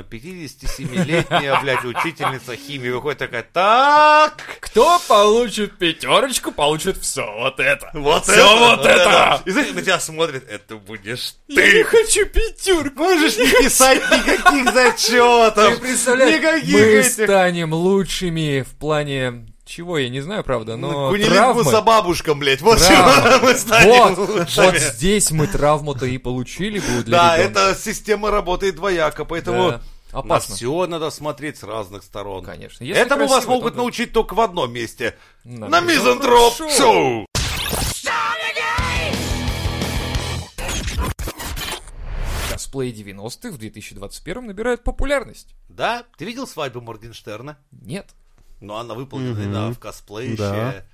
[SPEAKER 1] (laughs)
[SPEAKER 3] 57-летняя, блядь, учительница химии, выходит такая, так,
[SPEAKER 1] кто получит пятерочку, получит все вот это.
[SPEAKER 3] вот
[SPEAKER 1] Всё
[SPEAKER 3] это,
[SPEAKER 1] вот это.
[SPEAKER 3] И знаешь, на тебя смотрит, это будешь
[SPEAKER 1] (laughs) Я не
[SPEAKER 3] ты.
[SPEAKER 1] хочу пятерку.
[SPEAKER 3] Можешь не писать никаких зачетов,
[SPEAKER 1] Ты представляешь,
[SPEAKER 3] никаких
[SPEAKER 1] мы
[SPEAKER 3] этих.
[SPEAKER 1] станем лучшими в плане чего, я не знаю, правда, но
[SPEAKER 3] Кунилингу
[SPEAKER 1] Ну, травмы...
[SPEAKER 3] ну, за бабушкам, блядь, вот
[SPEAKER 1] Травма.
[SPEAKER 3] чего (laughs) мы станем
[SPEAKER 1] Вот, вот
[SPEAKER 3] лучшими.
[SPEAKER 1] здесь мы травму-то и получили бы для
[SPEAKER 3] Да,
[SPEAKER 1] ребенка.
[SPEAKER 3] эта система работает двояко, поэтому
[SPEAKER 1] Да. Опасно.
[SPEAKER 3] все надо смотреть с разных сторон.
[SPEAKER 1] Конечно. Если
[SPEAKER 3] Этому вас
[SPEAKER 1] красиво, то
[SPEAKER 3] могут
[SPEAKER 1] да.
[SPEAKER 3] научить только в одном месте.
[SPEAKER 1] На
[SPEAKER 3] На Мизантроп
[SPEAKER 1] Мизантроп
[SPEAKER 3] Шоу!
[SPEAKER 1] Косплей 90-х в 2021 набирает популярность.
[SPEAKER 3] Да, ты видел свадьбу Моргенштерна?
[SPEAKER 1] Нет.
[SPEAKER 3] Ну, она выполнена да, в косплее
[SPEAKER 2] Да.
[SPEAKER 3] еще.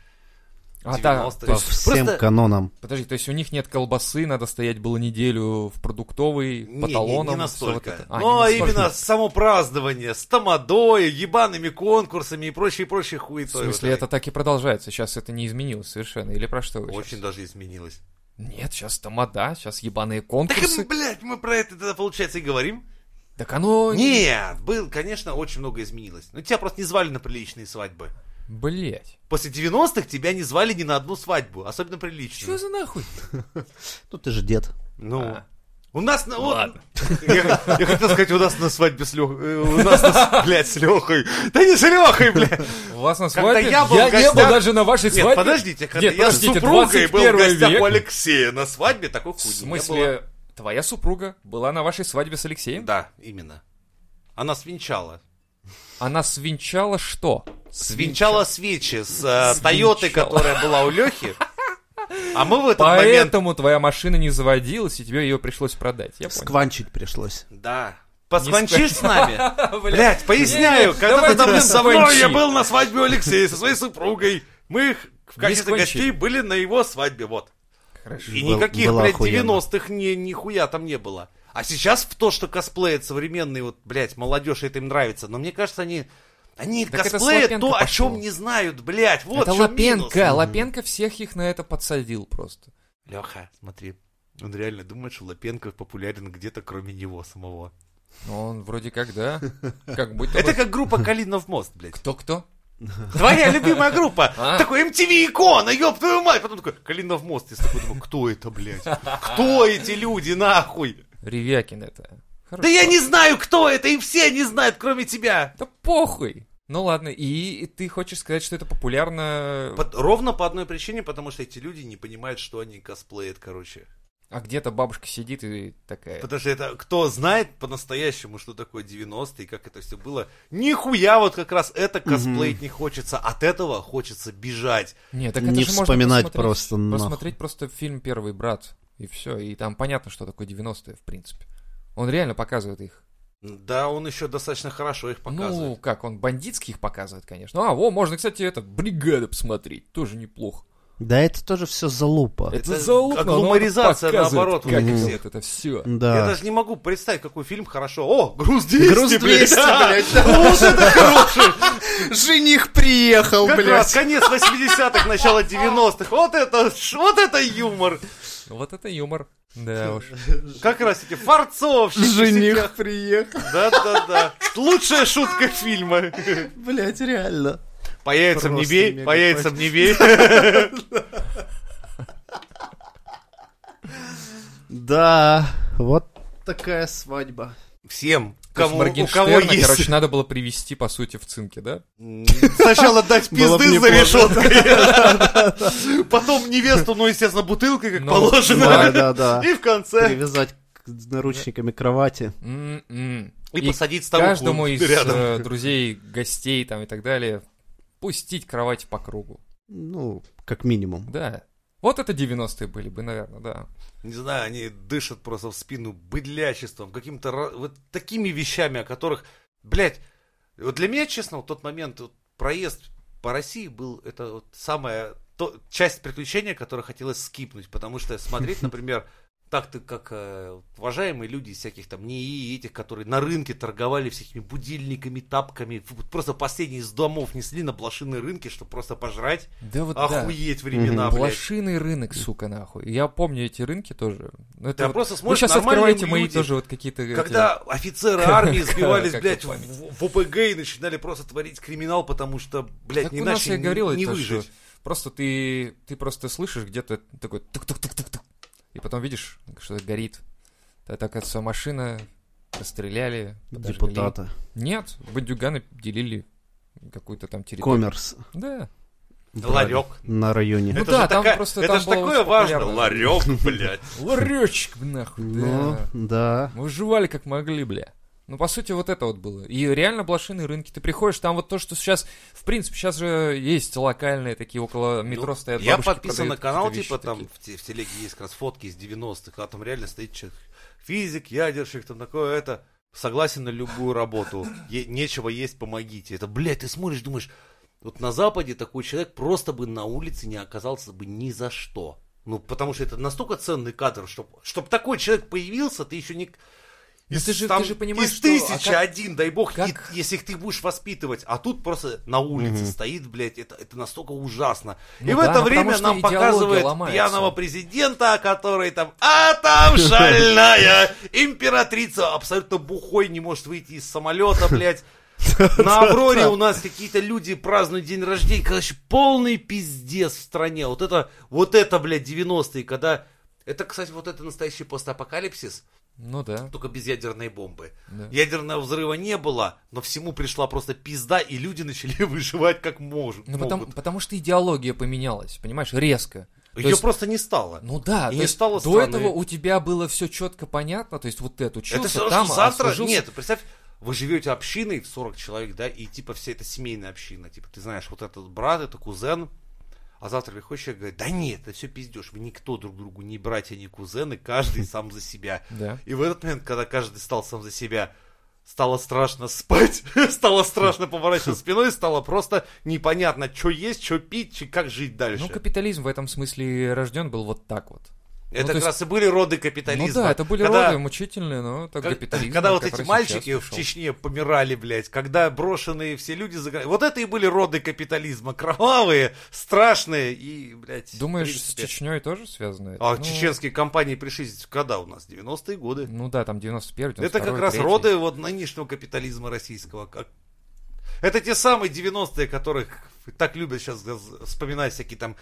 [SPEAKER 1] А,
[SPEAKER 3] 90-х.
[SPEAKER 1] да, то
[SPEAKER 2] По
[SPEAKER 1] есть,
[SPEAKER 2] всем
[SPEAKER 3] Просто-
[SPEAKER 2] канонам.
[SPEAKER 1] подожди, то есть у них нет колбасы, надо стоять было неделю в продуктовой,
[SPEAKER 3] Не,
[SPEAKER 1] по
[SPEAKER 3] не-
[SPEAKER 1] талонам.
[SPEAKER 3] не,
[SPEAKER 1] всё
[SPEAKER 3] настолько.
[SPEAKER 1] вот это. А, не
[SPEAKER 3] Но
[SPEAKER 1] настолько.
[SPEAKER 3] именно само празднование с тамадой, ебаными конкурсами и прочей, прочей
[SPEAKER 1] В
[SPEAKER 3] хуетой.
[SPEAKER 1] смысле,
[SPEAKER 3] вот
[SPEAKER 1] это так и продолжается. Сейчас это не изменилось совершенно. Или про что вы
[SPEAKER 3] этой.
[SPEAKER 1] сейчас?
[SPEAKER 3] Очень даже изменилось.
[SPEAKER 1] Нет, сейчас тамада, сейчас ебаные
[SPEAKER 3] Так,
[SPEAKER 1] конкурсы.
[SPEAKER 3] блядь, мы про это тогда, получается, и говорим.
[SPEAKER 1] Так оно...
[SPEAKER 3] Нет, был, конечно, очень много изменилось. Но тебя просто не звали на приличные свадьбы.
[SPEAKER 1] Блять.
[SPEAKER 3] После 90-х тебя не звали ни на одну свадьбу, особенно
[SPEAKER 1] Что
[SPEAKER 3] приличную.
[SPEAKER 1] за нахуй?
[SPEAKER 2] Ну ты же дед.
[SPEAKER 3] Ну.
[SPEAKER 1] А.
[SPEAKER 3] У нас на... вот-
[SPEAKER 1] Ладно.
[SPEAKER 3] Я, я хотел сказать, у нас на свадьбе с Лехой... У нас, на с- блядь, с Лехой. Да не с Лехой, блядь.
[SPEAKER 1] У вас на
[SPEAKER 3] Когда
[SPEAKER 1] свадьбе?
[SPEAKER 3] я был в
[SPEAKER 1] не
[SPEAKER 3] гостях-
[SPEAKER 1] был даже на вашей свадьбе.
[SPEAKER 3] Нет, подождите, когда
[SPEAKER 1] Нет,
[SPEAKER 3] я
[SPEAKER 1] подождите,
[SPEAKER 3] с супругой был в
[SPEAKER 1] 21
[SPEAKER 3] гостях
[SPEAKER 1] век.
[SPEAKER 3] у Алексея на свадьбе, такой
[SPEAKER 1] В
[SPEAKER 3] хуйни не было.
[SPEAKER 1] смысле, твоя супруга была на вашей свадьбе с Алексеем?
[SPEAKER 3] Да, именно. Она свинчала.
[SPEAKER 1] Она свинчала что?
[SPEAKER 3] Свинчала свечи с
[SPEAKER 1] Свинчала.
[SPEAKER 3] э, Тойоты, которая была у Лехи. А мы в этот момент...
[SPEAKER 1] Поэтому твоя машина не заводилась, и тебе ее пришлось продать. Я понял.
[SPEAKER 2] Скванчить пришлось.
[SPEAKER 3] Да. Посквончишь
[SPEAKER 1] (laughs)
[SPEAKER 3] с нами?
[SPEAKER 1] Бля,
[SPEAKER 3] Блять, поясняю,
[SPEAKER 1] не,
[SPEAKER 3] когда ты
[SPEAKER 1] давайте (laughs)
[SPEAKER 3] там
[SPEAKER 1] не
[SPEAKER 3] со мной,
[SPEAKER 1] сквончи.
[SPEAKER 3] я был на свадьбе у Алексея со своей супругой. Мы их в
[SPEAKER 1] Не
[SPEAKER 3] качестве
[SPEAKER 1] сквончи.
[SPEAKER 3] гостей были на его свадьбе, вот.
[SPEAKER 1] Хорошо.
[SPEAKER 3] И
[SPEAKER 2] Был-
[SPEAKER 3] никаких,
[SPEAKER 2] было
[SPEAKER 3] блядь,
[SPEAKER 2] охуенно.
[SPEAKER 3] 90-х ни, нихуя там не было. А сейчас в то, что косплеят современные, вот, блядь, молодежь, это им нравится. Но мне кажется, они, они
[SPEAKER 1] Так это с
[SPEAKER 3] косплеят
[SPEAKER 1] Лапенко
[SPEAKER 3] то, о
[SPEAKER 1] пошло.
[SPEAKER 3] чем не знают, блядь. Вот
[SPEAKER 1] это
[SPEAKER 3] в чём минус.
[SPEAKER 1] Лапенко. Лапенко всех их на это подсадил просто.
[SPEAKER 3] Леха, смотри, он реально думает, что Лапенко популярен где-то кроме него самого.
[SPEAKER 1] Но он вроде как, да. Как будто
[SPEAKER 3] Это
[SPEAKER 1] бы...
[SPEAKER 3] как группа Калинов мост, блядь.
[SPEAKER 1] Кто-кто?
[SPEAKER 3] Твоя любимая группа.
[SPEAKER 1] (laughs) А.
[SPEAKER 3] Такой MTV икона, ёб твою мать. Потом такой, Калинов мост. Я такой думаю, кто это, блядь? Кто эти люди, нахуй?
[SPEAKER 1] Ревякин это.
[SPEAKER 3] Да я не знаю, кто это, и все не знают, кроме тебя.
[SPEAKER 1] Да похуй. Ну ладно, и ты хочешь сказать, что это популярно...
[SPEAKER 3] Под- ровно по одной причине, потому что эти люди не понимают, что они косплеят, короче.
[SPEAKER 1] А где-то бабушка сидит и такая...
[SPEAKER 3] Потому что это кто знает по-настоящему, что такое 90-е и как это все было, нихуя вот как раз это косплеить не хочется. От этого хочется бежать.
[SPEAKER 1] Не, так
[SPEAKER 2] Не
[SPEAKER 1] это же можно
[SPEAKER 2] вспоминать
[SPEAKER 1] посмотреть-
[SPEAKER 2] просто нахуй.
[SPEAKER 1] Посмотреть просто фильм «Первый брат», и все. И там понятно, что такое 90-е, в принципе. Он реально показывает их.
[SPEAKER 3] Да, он еще достаточно хорошо их
[SPEAKER 1] Ну,
[SPEAKER 3] показывает.
[SPEAKER 1] как, он бандитских показывает, конечно. А, во, можно, кстати, это «Бригада» посмотреть, тоже неплохо.
[SPEAKER 2] Да это тоже все залупа.
[SPEAKER 1] Это,
[SPEAKER 3] Это
[SPEAKER 1] залупно,
[SPEAKER 3] как
[SPEAKER 1] но оно
[SPEAKER 3] гуморизация,
[SPEAKER 1] показывает,
[SPEAKER 3] наоборот,
[SPEAKER 1] как
[SPEAKER 3] у
[SPEAKER 1] идет
[SPEAKER 3] всех.
[SPEAKER 1] это все.
[SPEAKER 3] Я
[SPEAKER 2] Да.
[SPEAKER 3] даже не могу представить, какой фильм хорошо. О, груз 200,
[SPEAKER 2] Груз
[SPEAKER 3] блядь.
[SPEAKER 2] 200, блядь.
[SPEAKER 3] Вот
[SPEAKER 2] (laughs)
[SPEAKER 3] это хороший.
[SPEAKER 2] Жених приехал,
[SPEAKER 3] Как
[SPEAKER 2] блядь.
[SPEAKER 3] раз конец 80-х, начало 90-х. Вот это, ш- вот это юмор.
[SPEAKER 1] Вот это юмор. Да уж.
[SPEAKER 3] Как раз эти
[SPEAKER 2] (laughs)
[SPEAKER 3] фарцовщики.
[SPEAKER 2] Жених приехал,
[SPEAKER 3] Да-да-да. Лучшая шутка фильма.
[SPEAKER 2] блядь, реально.
[SPEAKER 3] По яйцам не
[SPEAKER 2] Просто
[SPEAKER 3] бей,
[SPEAKER 2] мега
[SPEAKER 3] по яйцам не бей.
[SPEAKER 2] Да, вот такая свадьба.
[SPEAKER 1] То
[SPEAKER 3] Всем,
[SPEAKER 1] есть
[SPEAKER 3] кому, у
[SPEAKER 1] Моргенштерна,
[SPEAKER 3] кого есть.
[SPEAKER 1] короче, надо было привести, по сути, в цинке, да?
[SPEAKER 3] М, Сначала дать
[SPEAKER 2] Было бы
[SPEAKER 3] пизды за
[SPEAKER 2] неплохо.
[SPEAKER 3] решеткой. Потом невесту, ну, естественно, бутылкой, как
[SPEAKER 1] Ну,
[SPEAKER 2] Да,
[SPEAKER 3] положено.
[SPEAKER 2] да, да.
[SPEAKER 3] И в конце.
[SPEAKER 2] Привязать к наручниками кровати.
[SPEAKER 1] М-м.
[SPEAKER 3] И посадить старуху
[SPEAKER 1] каждому из
[SPEAKER 3] рядом.
[SPEAKER 1] э, друзей, гостей там и так далее пустить кровать по кругу.
[SPEAKER 2] Ну, как минимум.
[SPEAKER 1] Да. Вот это 90-е были бы, наверное, да.
[SPEAKER 3] Не знаю, они дышат просто в спину быдлячеством, каким-то ра- вот такими вещами, о которых, блядь, вот для меня, честно, вот тот момент, вот проезд по России был, это вот самая то- часть приключения, которую хотелось скипнуть, потому
[SPEAKER 1] (laughs)
[SPEAKER 3] что смотреть, например, так ты как э, уважаемые люди из всяких там НИИ, этих, которые на рынке торговали всякими будильниками, тапками, ф- вот просто последние из домов несли на блошиные рынки, чтобы просто пожрать,
[SPEAKER 1] Да вот
[SPEAKER 3] охуеть времена,
[SPEAKER 1] да.
[SPEAKER 3] блядь.
[SPEAKER 1] Блошиный рынок, сука, нахуй. Я помню эти рынки тоже. Ну, это
[SPEAKER 3] Да
[SPEAKER 1] вот-
[SPEAKER 3] просто
[SPEAKER 1] Вы
[SPEAKER 3] смотришь,
[SPEAKER 1] сейчас
[SPEAKER 3] нормальные
[SPEAKER 1] открываете мои
[SPEAKER 3] люди.
[SPEAKER 1] тоже вот какие-то... эти-
[SPEAKER 3] Когда офицеры армии сбивались,
[SPEAKER 1] э, (laughs) Как
[SPEAKER 3] блядь,
[SPEAKER 1] его память?
[SPEAKER 3] в, в ОПГ и начинали просто творить криминал, потому что, блядь,
[SPEAKER 1] Так у нас
[SPEAKER 3] иначе
[SPEAKER 1] я
[SPEAKER 3] не-
[SPEAKER 1] говорил
[SPEAKER 3] не
[SPEAKER 1] это,
[SPEAKER 3] выжить.
[SPEAKER 1] что Просто ты, ты просто слышишь где-то такой тук-тук-тук-тук-тук. И потом видишь, что горит. Это, оказывается, машина, расстреляли, подожгли.
[SPEAKER 2] Депутата.
[SPEAKER 1] Нет, бандюганы делили какую-то там территорию.
[SPEAKER 2] Коммерс.
[SPEAKER 1] Да.
[SPEAKER 3] Ларек.
[SPEAKER 2] На районе.
[SPEAKER 1] Ну
[SPEAKER 3] это
[SPEAKER 1] да,
[SPEAKER 3] же
[SPEAKER 1] там
[SPEAKER 3] такая-
[SPEAKER 1] просто-
[SPEAKER 3] это
[SPEAKER 1] там
[SPEAKER 3] же
[SPEAKER 1] было
[SPEAKER 3] такое
[SPEAKER 1] очень
[SPEAKER 3] важно.
[SPEAKER 1] популярно.
[SPEAKER 3] Ларек,
[SPEAKER 1] (laughs)
[SPEAKER 3] блядь.
[SPEAKER 1] Ларечек, нахуй,
[SPEAKER 2] Ну,
[SPEAKER 1] да.
[SPEAKER 2] да.
[SPEAKER 1] Мы выживали как могли, бля. Ну, по сути, вот это вот было. И реально блошиные рынки. Ты приходишь, там вот то, что сейчас... В принципе, сейчас же есть локальные такие около метро стоят
[SPEAKER 3] Ну, Я
[SPEAKER 1] бабушки,
[SPEAKER 3] подписан на
[SPEAKER 1] продают
[SPEAKER 3] канал,
[SPEAKER 1] какие-то
[SPEAKER 3] типа
[SPEAKER 1] вещи
[SPEAKER 3] там
[SPEAKER 1] такие.
[SPEAKER 3] в, те- в телеге есть как раз фотки из 90-х, а там реально стоит человек, физик, ядерщик, там такое это. Согласен на любую работу. Е- нечего есть, помогите. Это, блядь, ты смотришь, думаешь, вот на Западе такой человек просто бы на улице не оказался бы ни за что. Ну, потому что это настолько ценный кадр, чтобы чтоб такой человек появился, ты еще не...
[SPEAKER 1] Ну, ты же- ты же понимаешь,
[SPEAKER 3] из
[SPEAKER 1] что- а
[SPEAKER 3] тысячи
[SPEAKER 1] как-
[SPEAKER 3] один, дай бог,
[SPEAKER 1] как-
[SPEAKER 3] и- если их ты будешь воспитывать, а тут просто на улице стоит, блядь, это, это настолько ужасно.
[SPEAKER 1] Ну
[SPEAKER 3] и в
[SPEAKER 1] да,
[SPEAKER 3] это
[SPEAKER 1] ну потому
[SPEAKER 3] время
[SPEAKER 1] что
[SPEAKER 3] нам
[SPEAKER 1] идеология
[SPEAKER 3] показывают
[SPEAKER 1] ломается.
[SPEAKER 3] пьяного президента, который там, а
[SPEAKER 1] (laughs)
[SPEAKER 3] там шальная императрица, абсолютно бухой, не может выйти из самолета,
[SPEAKER 1] (laughs)
[SPEAKER 3] блядь. На Авроре у нас какие-то люди празднуют день рождения. Короче, полный пиздец в стране. Вот это, вот это, блядь, 90-е, когда... Это, кстати, вот это настоящий постапокалипсис,
[SPEAKER 1] Ну да,
[SPEAKER 3] только без ядерной бомбы.
[SPEAKER 1] да.
[SPEAKER 3] Ядерного взрыва не было, но всему пришла просто пизда, и люди начали (laughs) выживать как может,
[SPEAKER 1] Ну, потому,
[SPEAKER 3] могут.
[SPEAKER 1] потому что идеология поменялась, понимаешь, резко. То
[SPEAKER 3] Ее
[SPEAKER 1] есть-
[SPEAKER 3] просто не стало.
[SPEAKER 1] Ну да,
[SPEAKER 3] И
[SPEAKER 1] то
[SPEAKER 3] не
[SPEAKER 1] есть
[SPEAKER 3] стало
[SPEAKER 1] до
[SPEAKER 3] страны.
[SPEAKER 1] этого у тебя было все четко понятно, то есть вот ты
[SPEAKER 3] это
[SPEAKER 1] отучился,
[SPEAKER 3] все равно,
[SPEAKER 1] там
[SPEAKER 3] что завтра...
[SPEAKER 1] отслужился.
[SPEAKER 3] Нет, представь, вы живете общиной в 40 человек, да, и типа вся эта семейная община. Типа ты знаешь, вот этот брат, это кузен, а завтра приходит человек и говорит, да нет, это все пиздешь, вы никто друг другу, не братья, не кузены,
[SPEAKER 1] (laughs)
[SPEAKER 3] каждый сам за себя.
[SPEAKER 1] Да.
[SPEAKER 3] И в этот момент, когда каждый стал сам за себя, стало страшно спать, (laughs) стало страшно
[SPEAKER 1] (laughs)
[SPEAKER 3] поворачивать спиной, стало просто непонятно, что есть, что пить, чё- как жить дальше.
[SPEAKER 1] Ну, капитализм в этом смысле рожден был вот так вот. ну,
[SPEAKER 3] это
[SPEAKER 1] то
[SPEAKER 3] как
[SPEAKER 1] есть-
[SPEAKER 3] раз и были роды капитализма.
[SPEAKER 1] Ну да, это были
[SPEAKER 3] Когда-
[SPEAKER 1] роды мучительные, но так
[SPEAKER 3] как-
[SPEAKER 1] капитализм.
[SPEAKER 3] Когда вот эти
[SPEAKER 1] который
[SPEAKER 3] мальчики
[SPEAKER 1] сейчас
[SPEAKER 3] в
[SPEAKER 1] пришел.
[SPEAKER 3] Чечне помирали, блядь, когда брошенные все люди за гра- Вот это и были роды капитализма. Кровавые, страшные и, блядь... в
[SPEAKER 1] Думаешь, с
[SPEAKER 3] принципе.
[SPEAKER 1] Чечней тоже связано? это?
[SPEAKER 3] А
[SPEAKER 1] Ну,
[SPEAKER 3] чеченские компании пришли здесь когда у нас? 90-е годы.
[SPEAKER 1] Ну да, там 91 92
[SPEAKER 3] Это как раз
[SPEAKER 1] 3-й.
[SPEAKER 3] роды вот нынешнего капитализма российского. Как- Это те самые 90-е, которых так любят сейчас вспоминать всякие там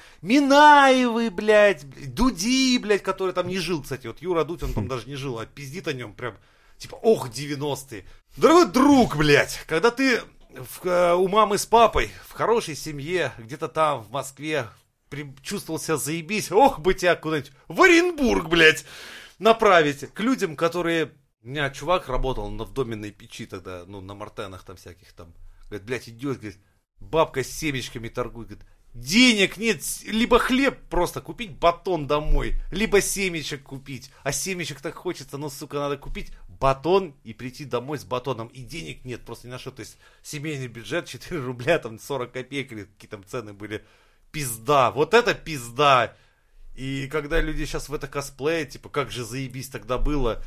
[SPEAKER 3] Минаевы, блядь, Дуди, блядь, который там не жил, кстати. Вот Юра Дудь, он там даже не жил, а пиздит о нем прям, типа, ох, 90-е. Дорогой друг, блядь, когда ты в- э, у мамы с папой в хорошей семье, где-то там, в Москве, при- чувствовал себя заебись, ох бы тебя куда-нибудь в Оренбург, блядь, направить к людям, которые... У меня чувак работал на, в доменной печи тогда, ну, на мартенах там всяких там. Говорит, блядь, идешь, говорит, бабка с семечками торгует, говорит, денег нет, с- либо хлеб просто купить, батон домой, либо семечек купить. А семечек так хочется, но, сука, надо купить батон и прийти домой с батоном. И денег (laughs) нет просто ни на что. То есть семейный бюджет 4 рубля, там 40 копеек или какие там цены были. пизда, вот это пизда. И когда люди сейчас в это косплее, типа, как же заебись тогда было.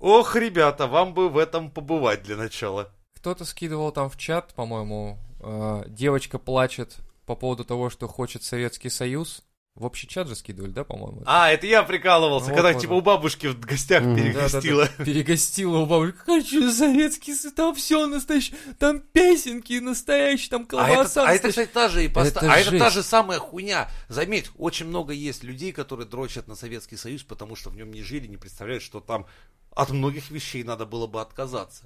[SPEAKER 3] Ох, ребята, вам бы в этом побывать для начала.
[SPEAKER 1] Кто-то скидывал там в чат, по-моему, э, девочка плачет по поводу того, что хочет Советский Союз. В общий чат же скидывали, да, по-моему?
[SPEAKER 3] А, это я прикалывался,
[SPEAKER 1] Ну, Вот
[SPEAKER 3] когда
[SPEAKER 1] можно.
[SPEAKER 3] типа у бабушки в гостях
[SPEAKER 2] Мгм.
[SPEAKER 3] перегостила.
[SPEAKER 1] Да-да-да, Перегостила у бабушки. Хочу советский, Союз, там все настоящее, там песенки настоящие, там
[SPEAKER 3] А это,
[SPEAKER 1] колбаса
[SPEAKER 3] а это,
[SPEAKER 1] настоящая».
[SPEAKER 3] кстати, та же ипоста-
[SPEAKER 1] Это
[SPEAKER 3] а это та
[SPEAKER 1] жесть.
[SPEAKER 3] же самая хуйня. Заметь, очень много есть людей, которые дрочат на Советский Союз, потому что в нем не жили, не представляют, что там от многих вещей надо было бы отказаться.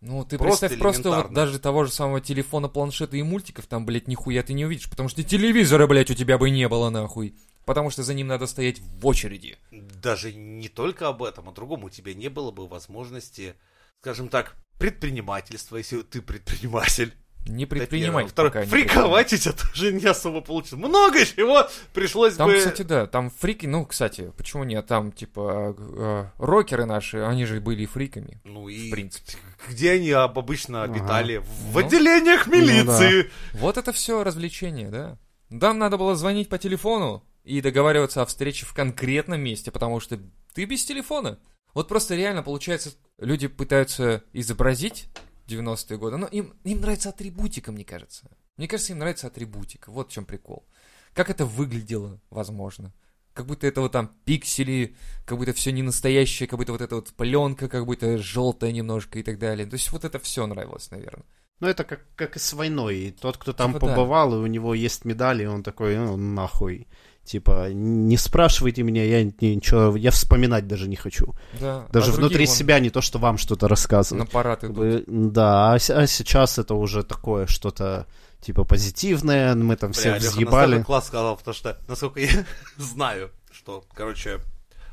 [SPEAKER 1] Ну, ты
[SPEAKER 3] Просто
[SPEAKER 1] представь просто вот
[SPEAKER 3] элементарно.
[SPEAKER 1] даже того же самого телефона, планшета и мультиков там, блядь, нихуя ты не увидишь, потому что и телевизора, блядь, у тебя бы не было, нахуй. Потому что за ним надо стоять в очереди.
[SPEAKER 3] Даже не только об этом, о другом. У тебя не было бы возможности, скажем так, предпринимательства, если ты предприниматель.
[SPEAKER 1] Не
[SPEAKER 3] Это
[SPEAKER 1] предпринимать.
[SPEAKER 3] первое. Второе,
[SPEAKER 1] пока не
[SPEAKER 3] фриковать у тебя тоже не особо получилось. Много чего пришлось
[SPEAKER 1] Там,
[SPEAKER 3] бы...
[SPEAKER 1] кстати, да, там фрики, ну, кстати, почему нет, там, типа, э, э, рокеры наши, они же были и фриками.
[SPEAKER 3] Ну
[SPEAKER 1] В
[SPEAKER 3] и
[SPEAKER 1] принципе.
[SPEAKER 3] где они об- обычно
[SPEAKER 2] Ага.
[SPEAKER 3] обитали? В
[SPEAKER 1] Ну.
[SPEAKER 3] отделениях
[SPEAKER 2] да.
[SPEAKER 3] милиции.
[SPEAKER 1] Вот это все развлечение, да. Там надо было звонить по телефону и договариваться о встрече в конкретном месте, потому что ты без телефона. Вот просто реально, получается, люди пытаются изобразить 90-е годы, но им, им нравится атрибутика, мне кажется. Мне кажется, им нравится атрибутика, вот в чем прикол. Как это выглядело, возможно. Как будто это вот там пиксели, как будто все не настоящее, как будто вот эта вот пленка, как будто желтая немножко и так далее. То есть вот это все нравилось, наверное.
[SPEAKER 2] Ну, это как, как и с войной. И тот, кто там
[SPEAKER 1] Типа да.
[SPEAKER 2] побывал, и у него есть медали, и он такой, ну, нахуй. Типа, не спрашивайте меня, я ни- ничего, я вспоминать даже не хочу.
[SPEAKER 1] Да. А
[SPEAKER 2] Даже
[SPEAKER 1] другие
[SPEAKER 2] внутри
[SPEAKER 1] вон- Ну,
[SPEAKER 2] себя не то, что вам что-то
[SPEAKER 1] На
[SPEAKER 2] рассказывают.
[SPEAKER 1] парад
[SPEAKER 2] Как
[SPEAKER 1] идут.
[SPEAKER 2] бы, да, а, с- а сейчас это уже такое что-то типа позитивное, мы там
[SPEAKER 3] Бля,
[SPEAKER 2] всех
[SPEAKER 3] Лёха
[SPEAKER 2] взъебали.
[SPEAKER 3] настолько класс сказал, потому что, насколько я (laughs) знаю, что, короче,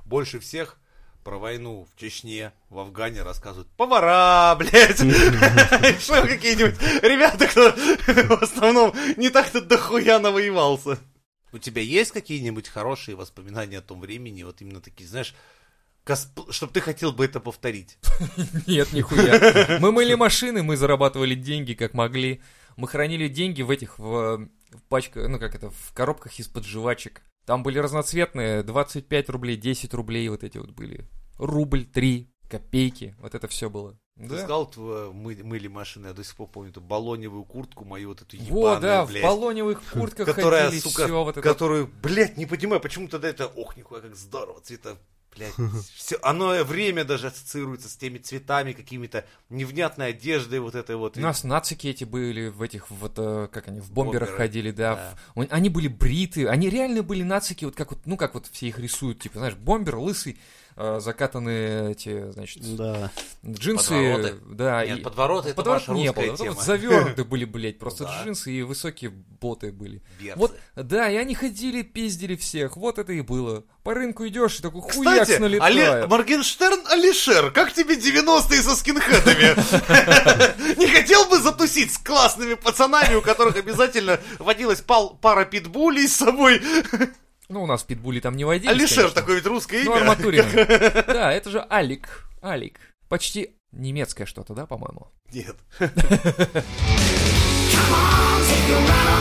[SPEAKER 3] больше всех про войну в Чечне, в Афгане рассказывают повара, (laughs)
[SPEAKER 1] (laughs)
[SPEAKER 3] блядь, что какие-нибудь ребята, кто в основном не так-то дохуя навоевался. У тебя есть какие-нибудь хорошие воспоминания о том времени, вот именно такие, знаешь, чтобы ты хотел бы это повторить?
[SPEAKER 1] (laughs) Нет, нихуя. Мы мыли машины, мы зарабатывали деньги, как могли. Мы хранили деньги в этих, в, э, в пачках, ну как это, в коробках из-под жвачек. Там были разноцветные, 25 рублей, 10 рублей вот эти вот были. Рубль, 3, копейки, вот это все было.
[SPEAKER 3] Ты
[SPEAKER 1] Да.
[SPEAKER 3] сказал, тв- мы- мыли машины, я до сих пор помню эту баллоневую куртку мою, вот эту
[SPEAKER 1] Во,
[SPEAKER 3] ебаную,
[SPEAKER 1] да, в
[SPEAKER 3] блядь.
[SPEAKER 1] баллоневых куртках
[SPEAKER 3] которая,
[SPEAKER 1] ходили,
[SPEAKER 3] сука,
[SPEAKER 1] все вот это.
[SPEAKER 3] которую, блядь, не понимаю, почему тогда это, ох, нихуя, как здорово, цвета,
[SPEAKER 1] (laughs)
[SPEAKER 3] блядь, все, оно время даже ассоциируется с теми цветами, какими-то невнятной одеждой вот этой вот.
[SPEAKER 1] У нас нацики эти были в этих вот, э, как они, в бомберах
[SPEAKER 3] Бомберы.
[SPEAKER 1] ходили, да.
[SPEAKER 3] Да.
[SPEAKER 1] в- он- Они были бриты, они реально были нацики, вот как вот, ну как вот все их рисуют, типа, знаешь, бомбер, лысый, э, закатанные эти, значит,
[SPEAKER 2] Да.
[SPEAKER 1] джинсы.
[SPEAKER 3] Подвороты.
[SPEAKER 1] Да,
[SPEAKER 3] Нет,
[SPEAKER 1] а и-
[SPEAKER 3] подвороты это
[SPEAKER 1] подворот
[SPEAKER 3] ваша
[SPEAKER 1] не
[SPEAKER 3] русская
[SPEAKER 1] было,
[SPEAKER 3] тема.
[SPEAKER 1] вот
[SPEAKER 3] (laughs)
[SPEAKER 1] завернуты были, блядь, просто
[SPEAKER 3] Ну да.
[SPEAKER 1] джинсы и высокие боты были.
[SPEAKER 3] Берцы.
[SPEAKER 1] Вот, да, и они ходили, пиздили всех, вот это и было. По рынку идешь и такой хуяк
[SPEAKER 3] Кстати, Али...
[SPEAKER 1] налетает.
[SPEAKER 3] Моргенштерн Алишер, как тебе 90-е со скинхедами? (laughs) Не хотел бы затусить с классными пацанами, у которых обязательно водилась пал- пара питбулей с собой?
[SPEAKER 1] Ну, у нас питбули там не водились,
[SPEAKER 3] Алишер,
[SPEAKER 1] конечно.
[SPEAKER 3] такое ведь русское
[SPEAKER 1] Ну,
[SPEAKER 3] имя.
[SPEAKER 1] арматурин. Да, это же Алик. Алик. Почти немецкое что-то, да, по-моему?
[SPEAKER 3] Нет.
[SPEAKER 5] Come on, take your right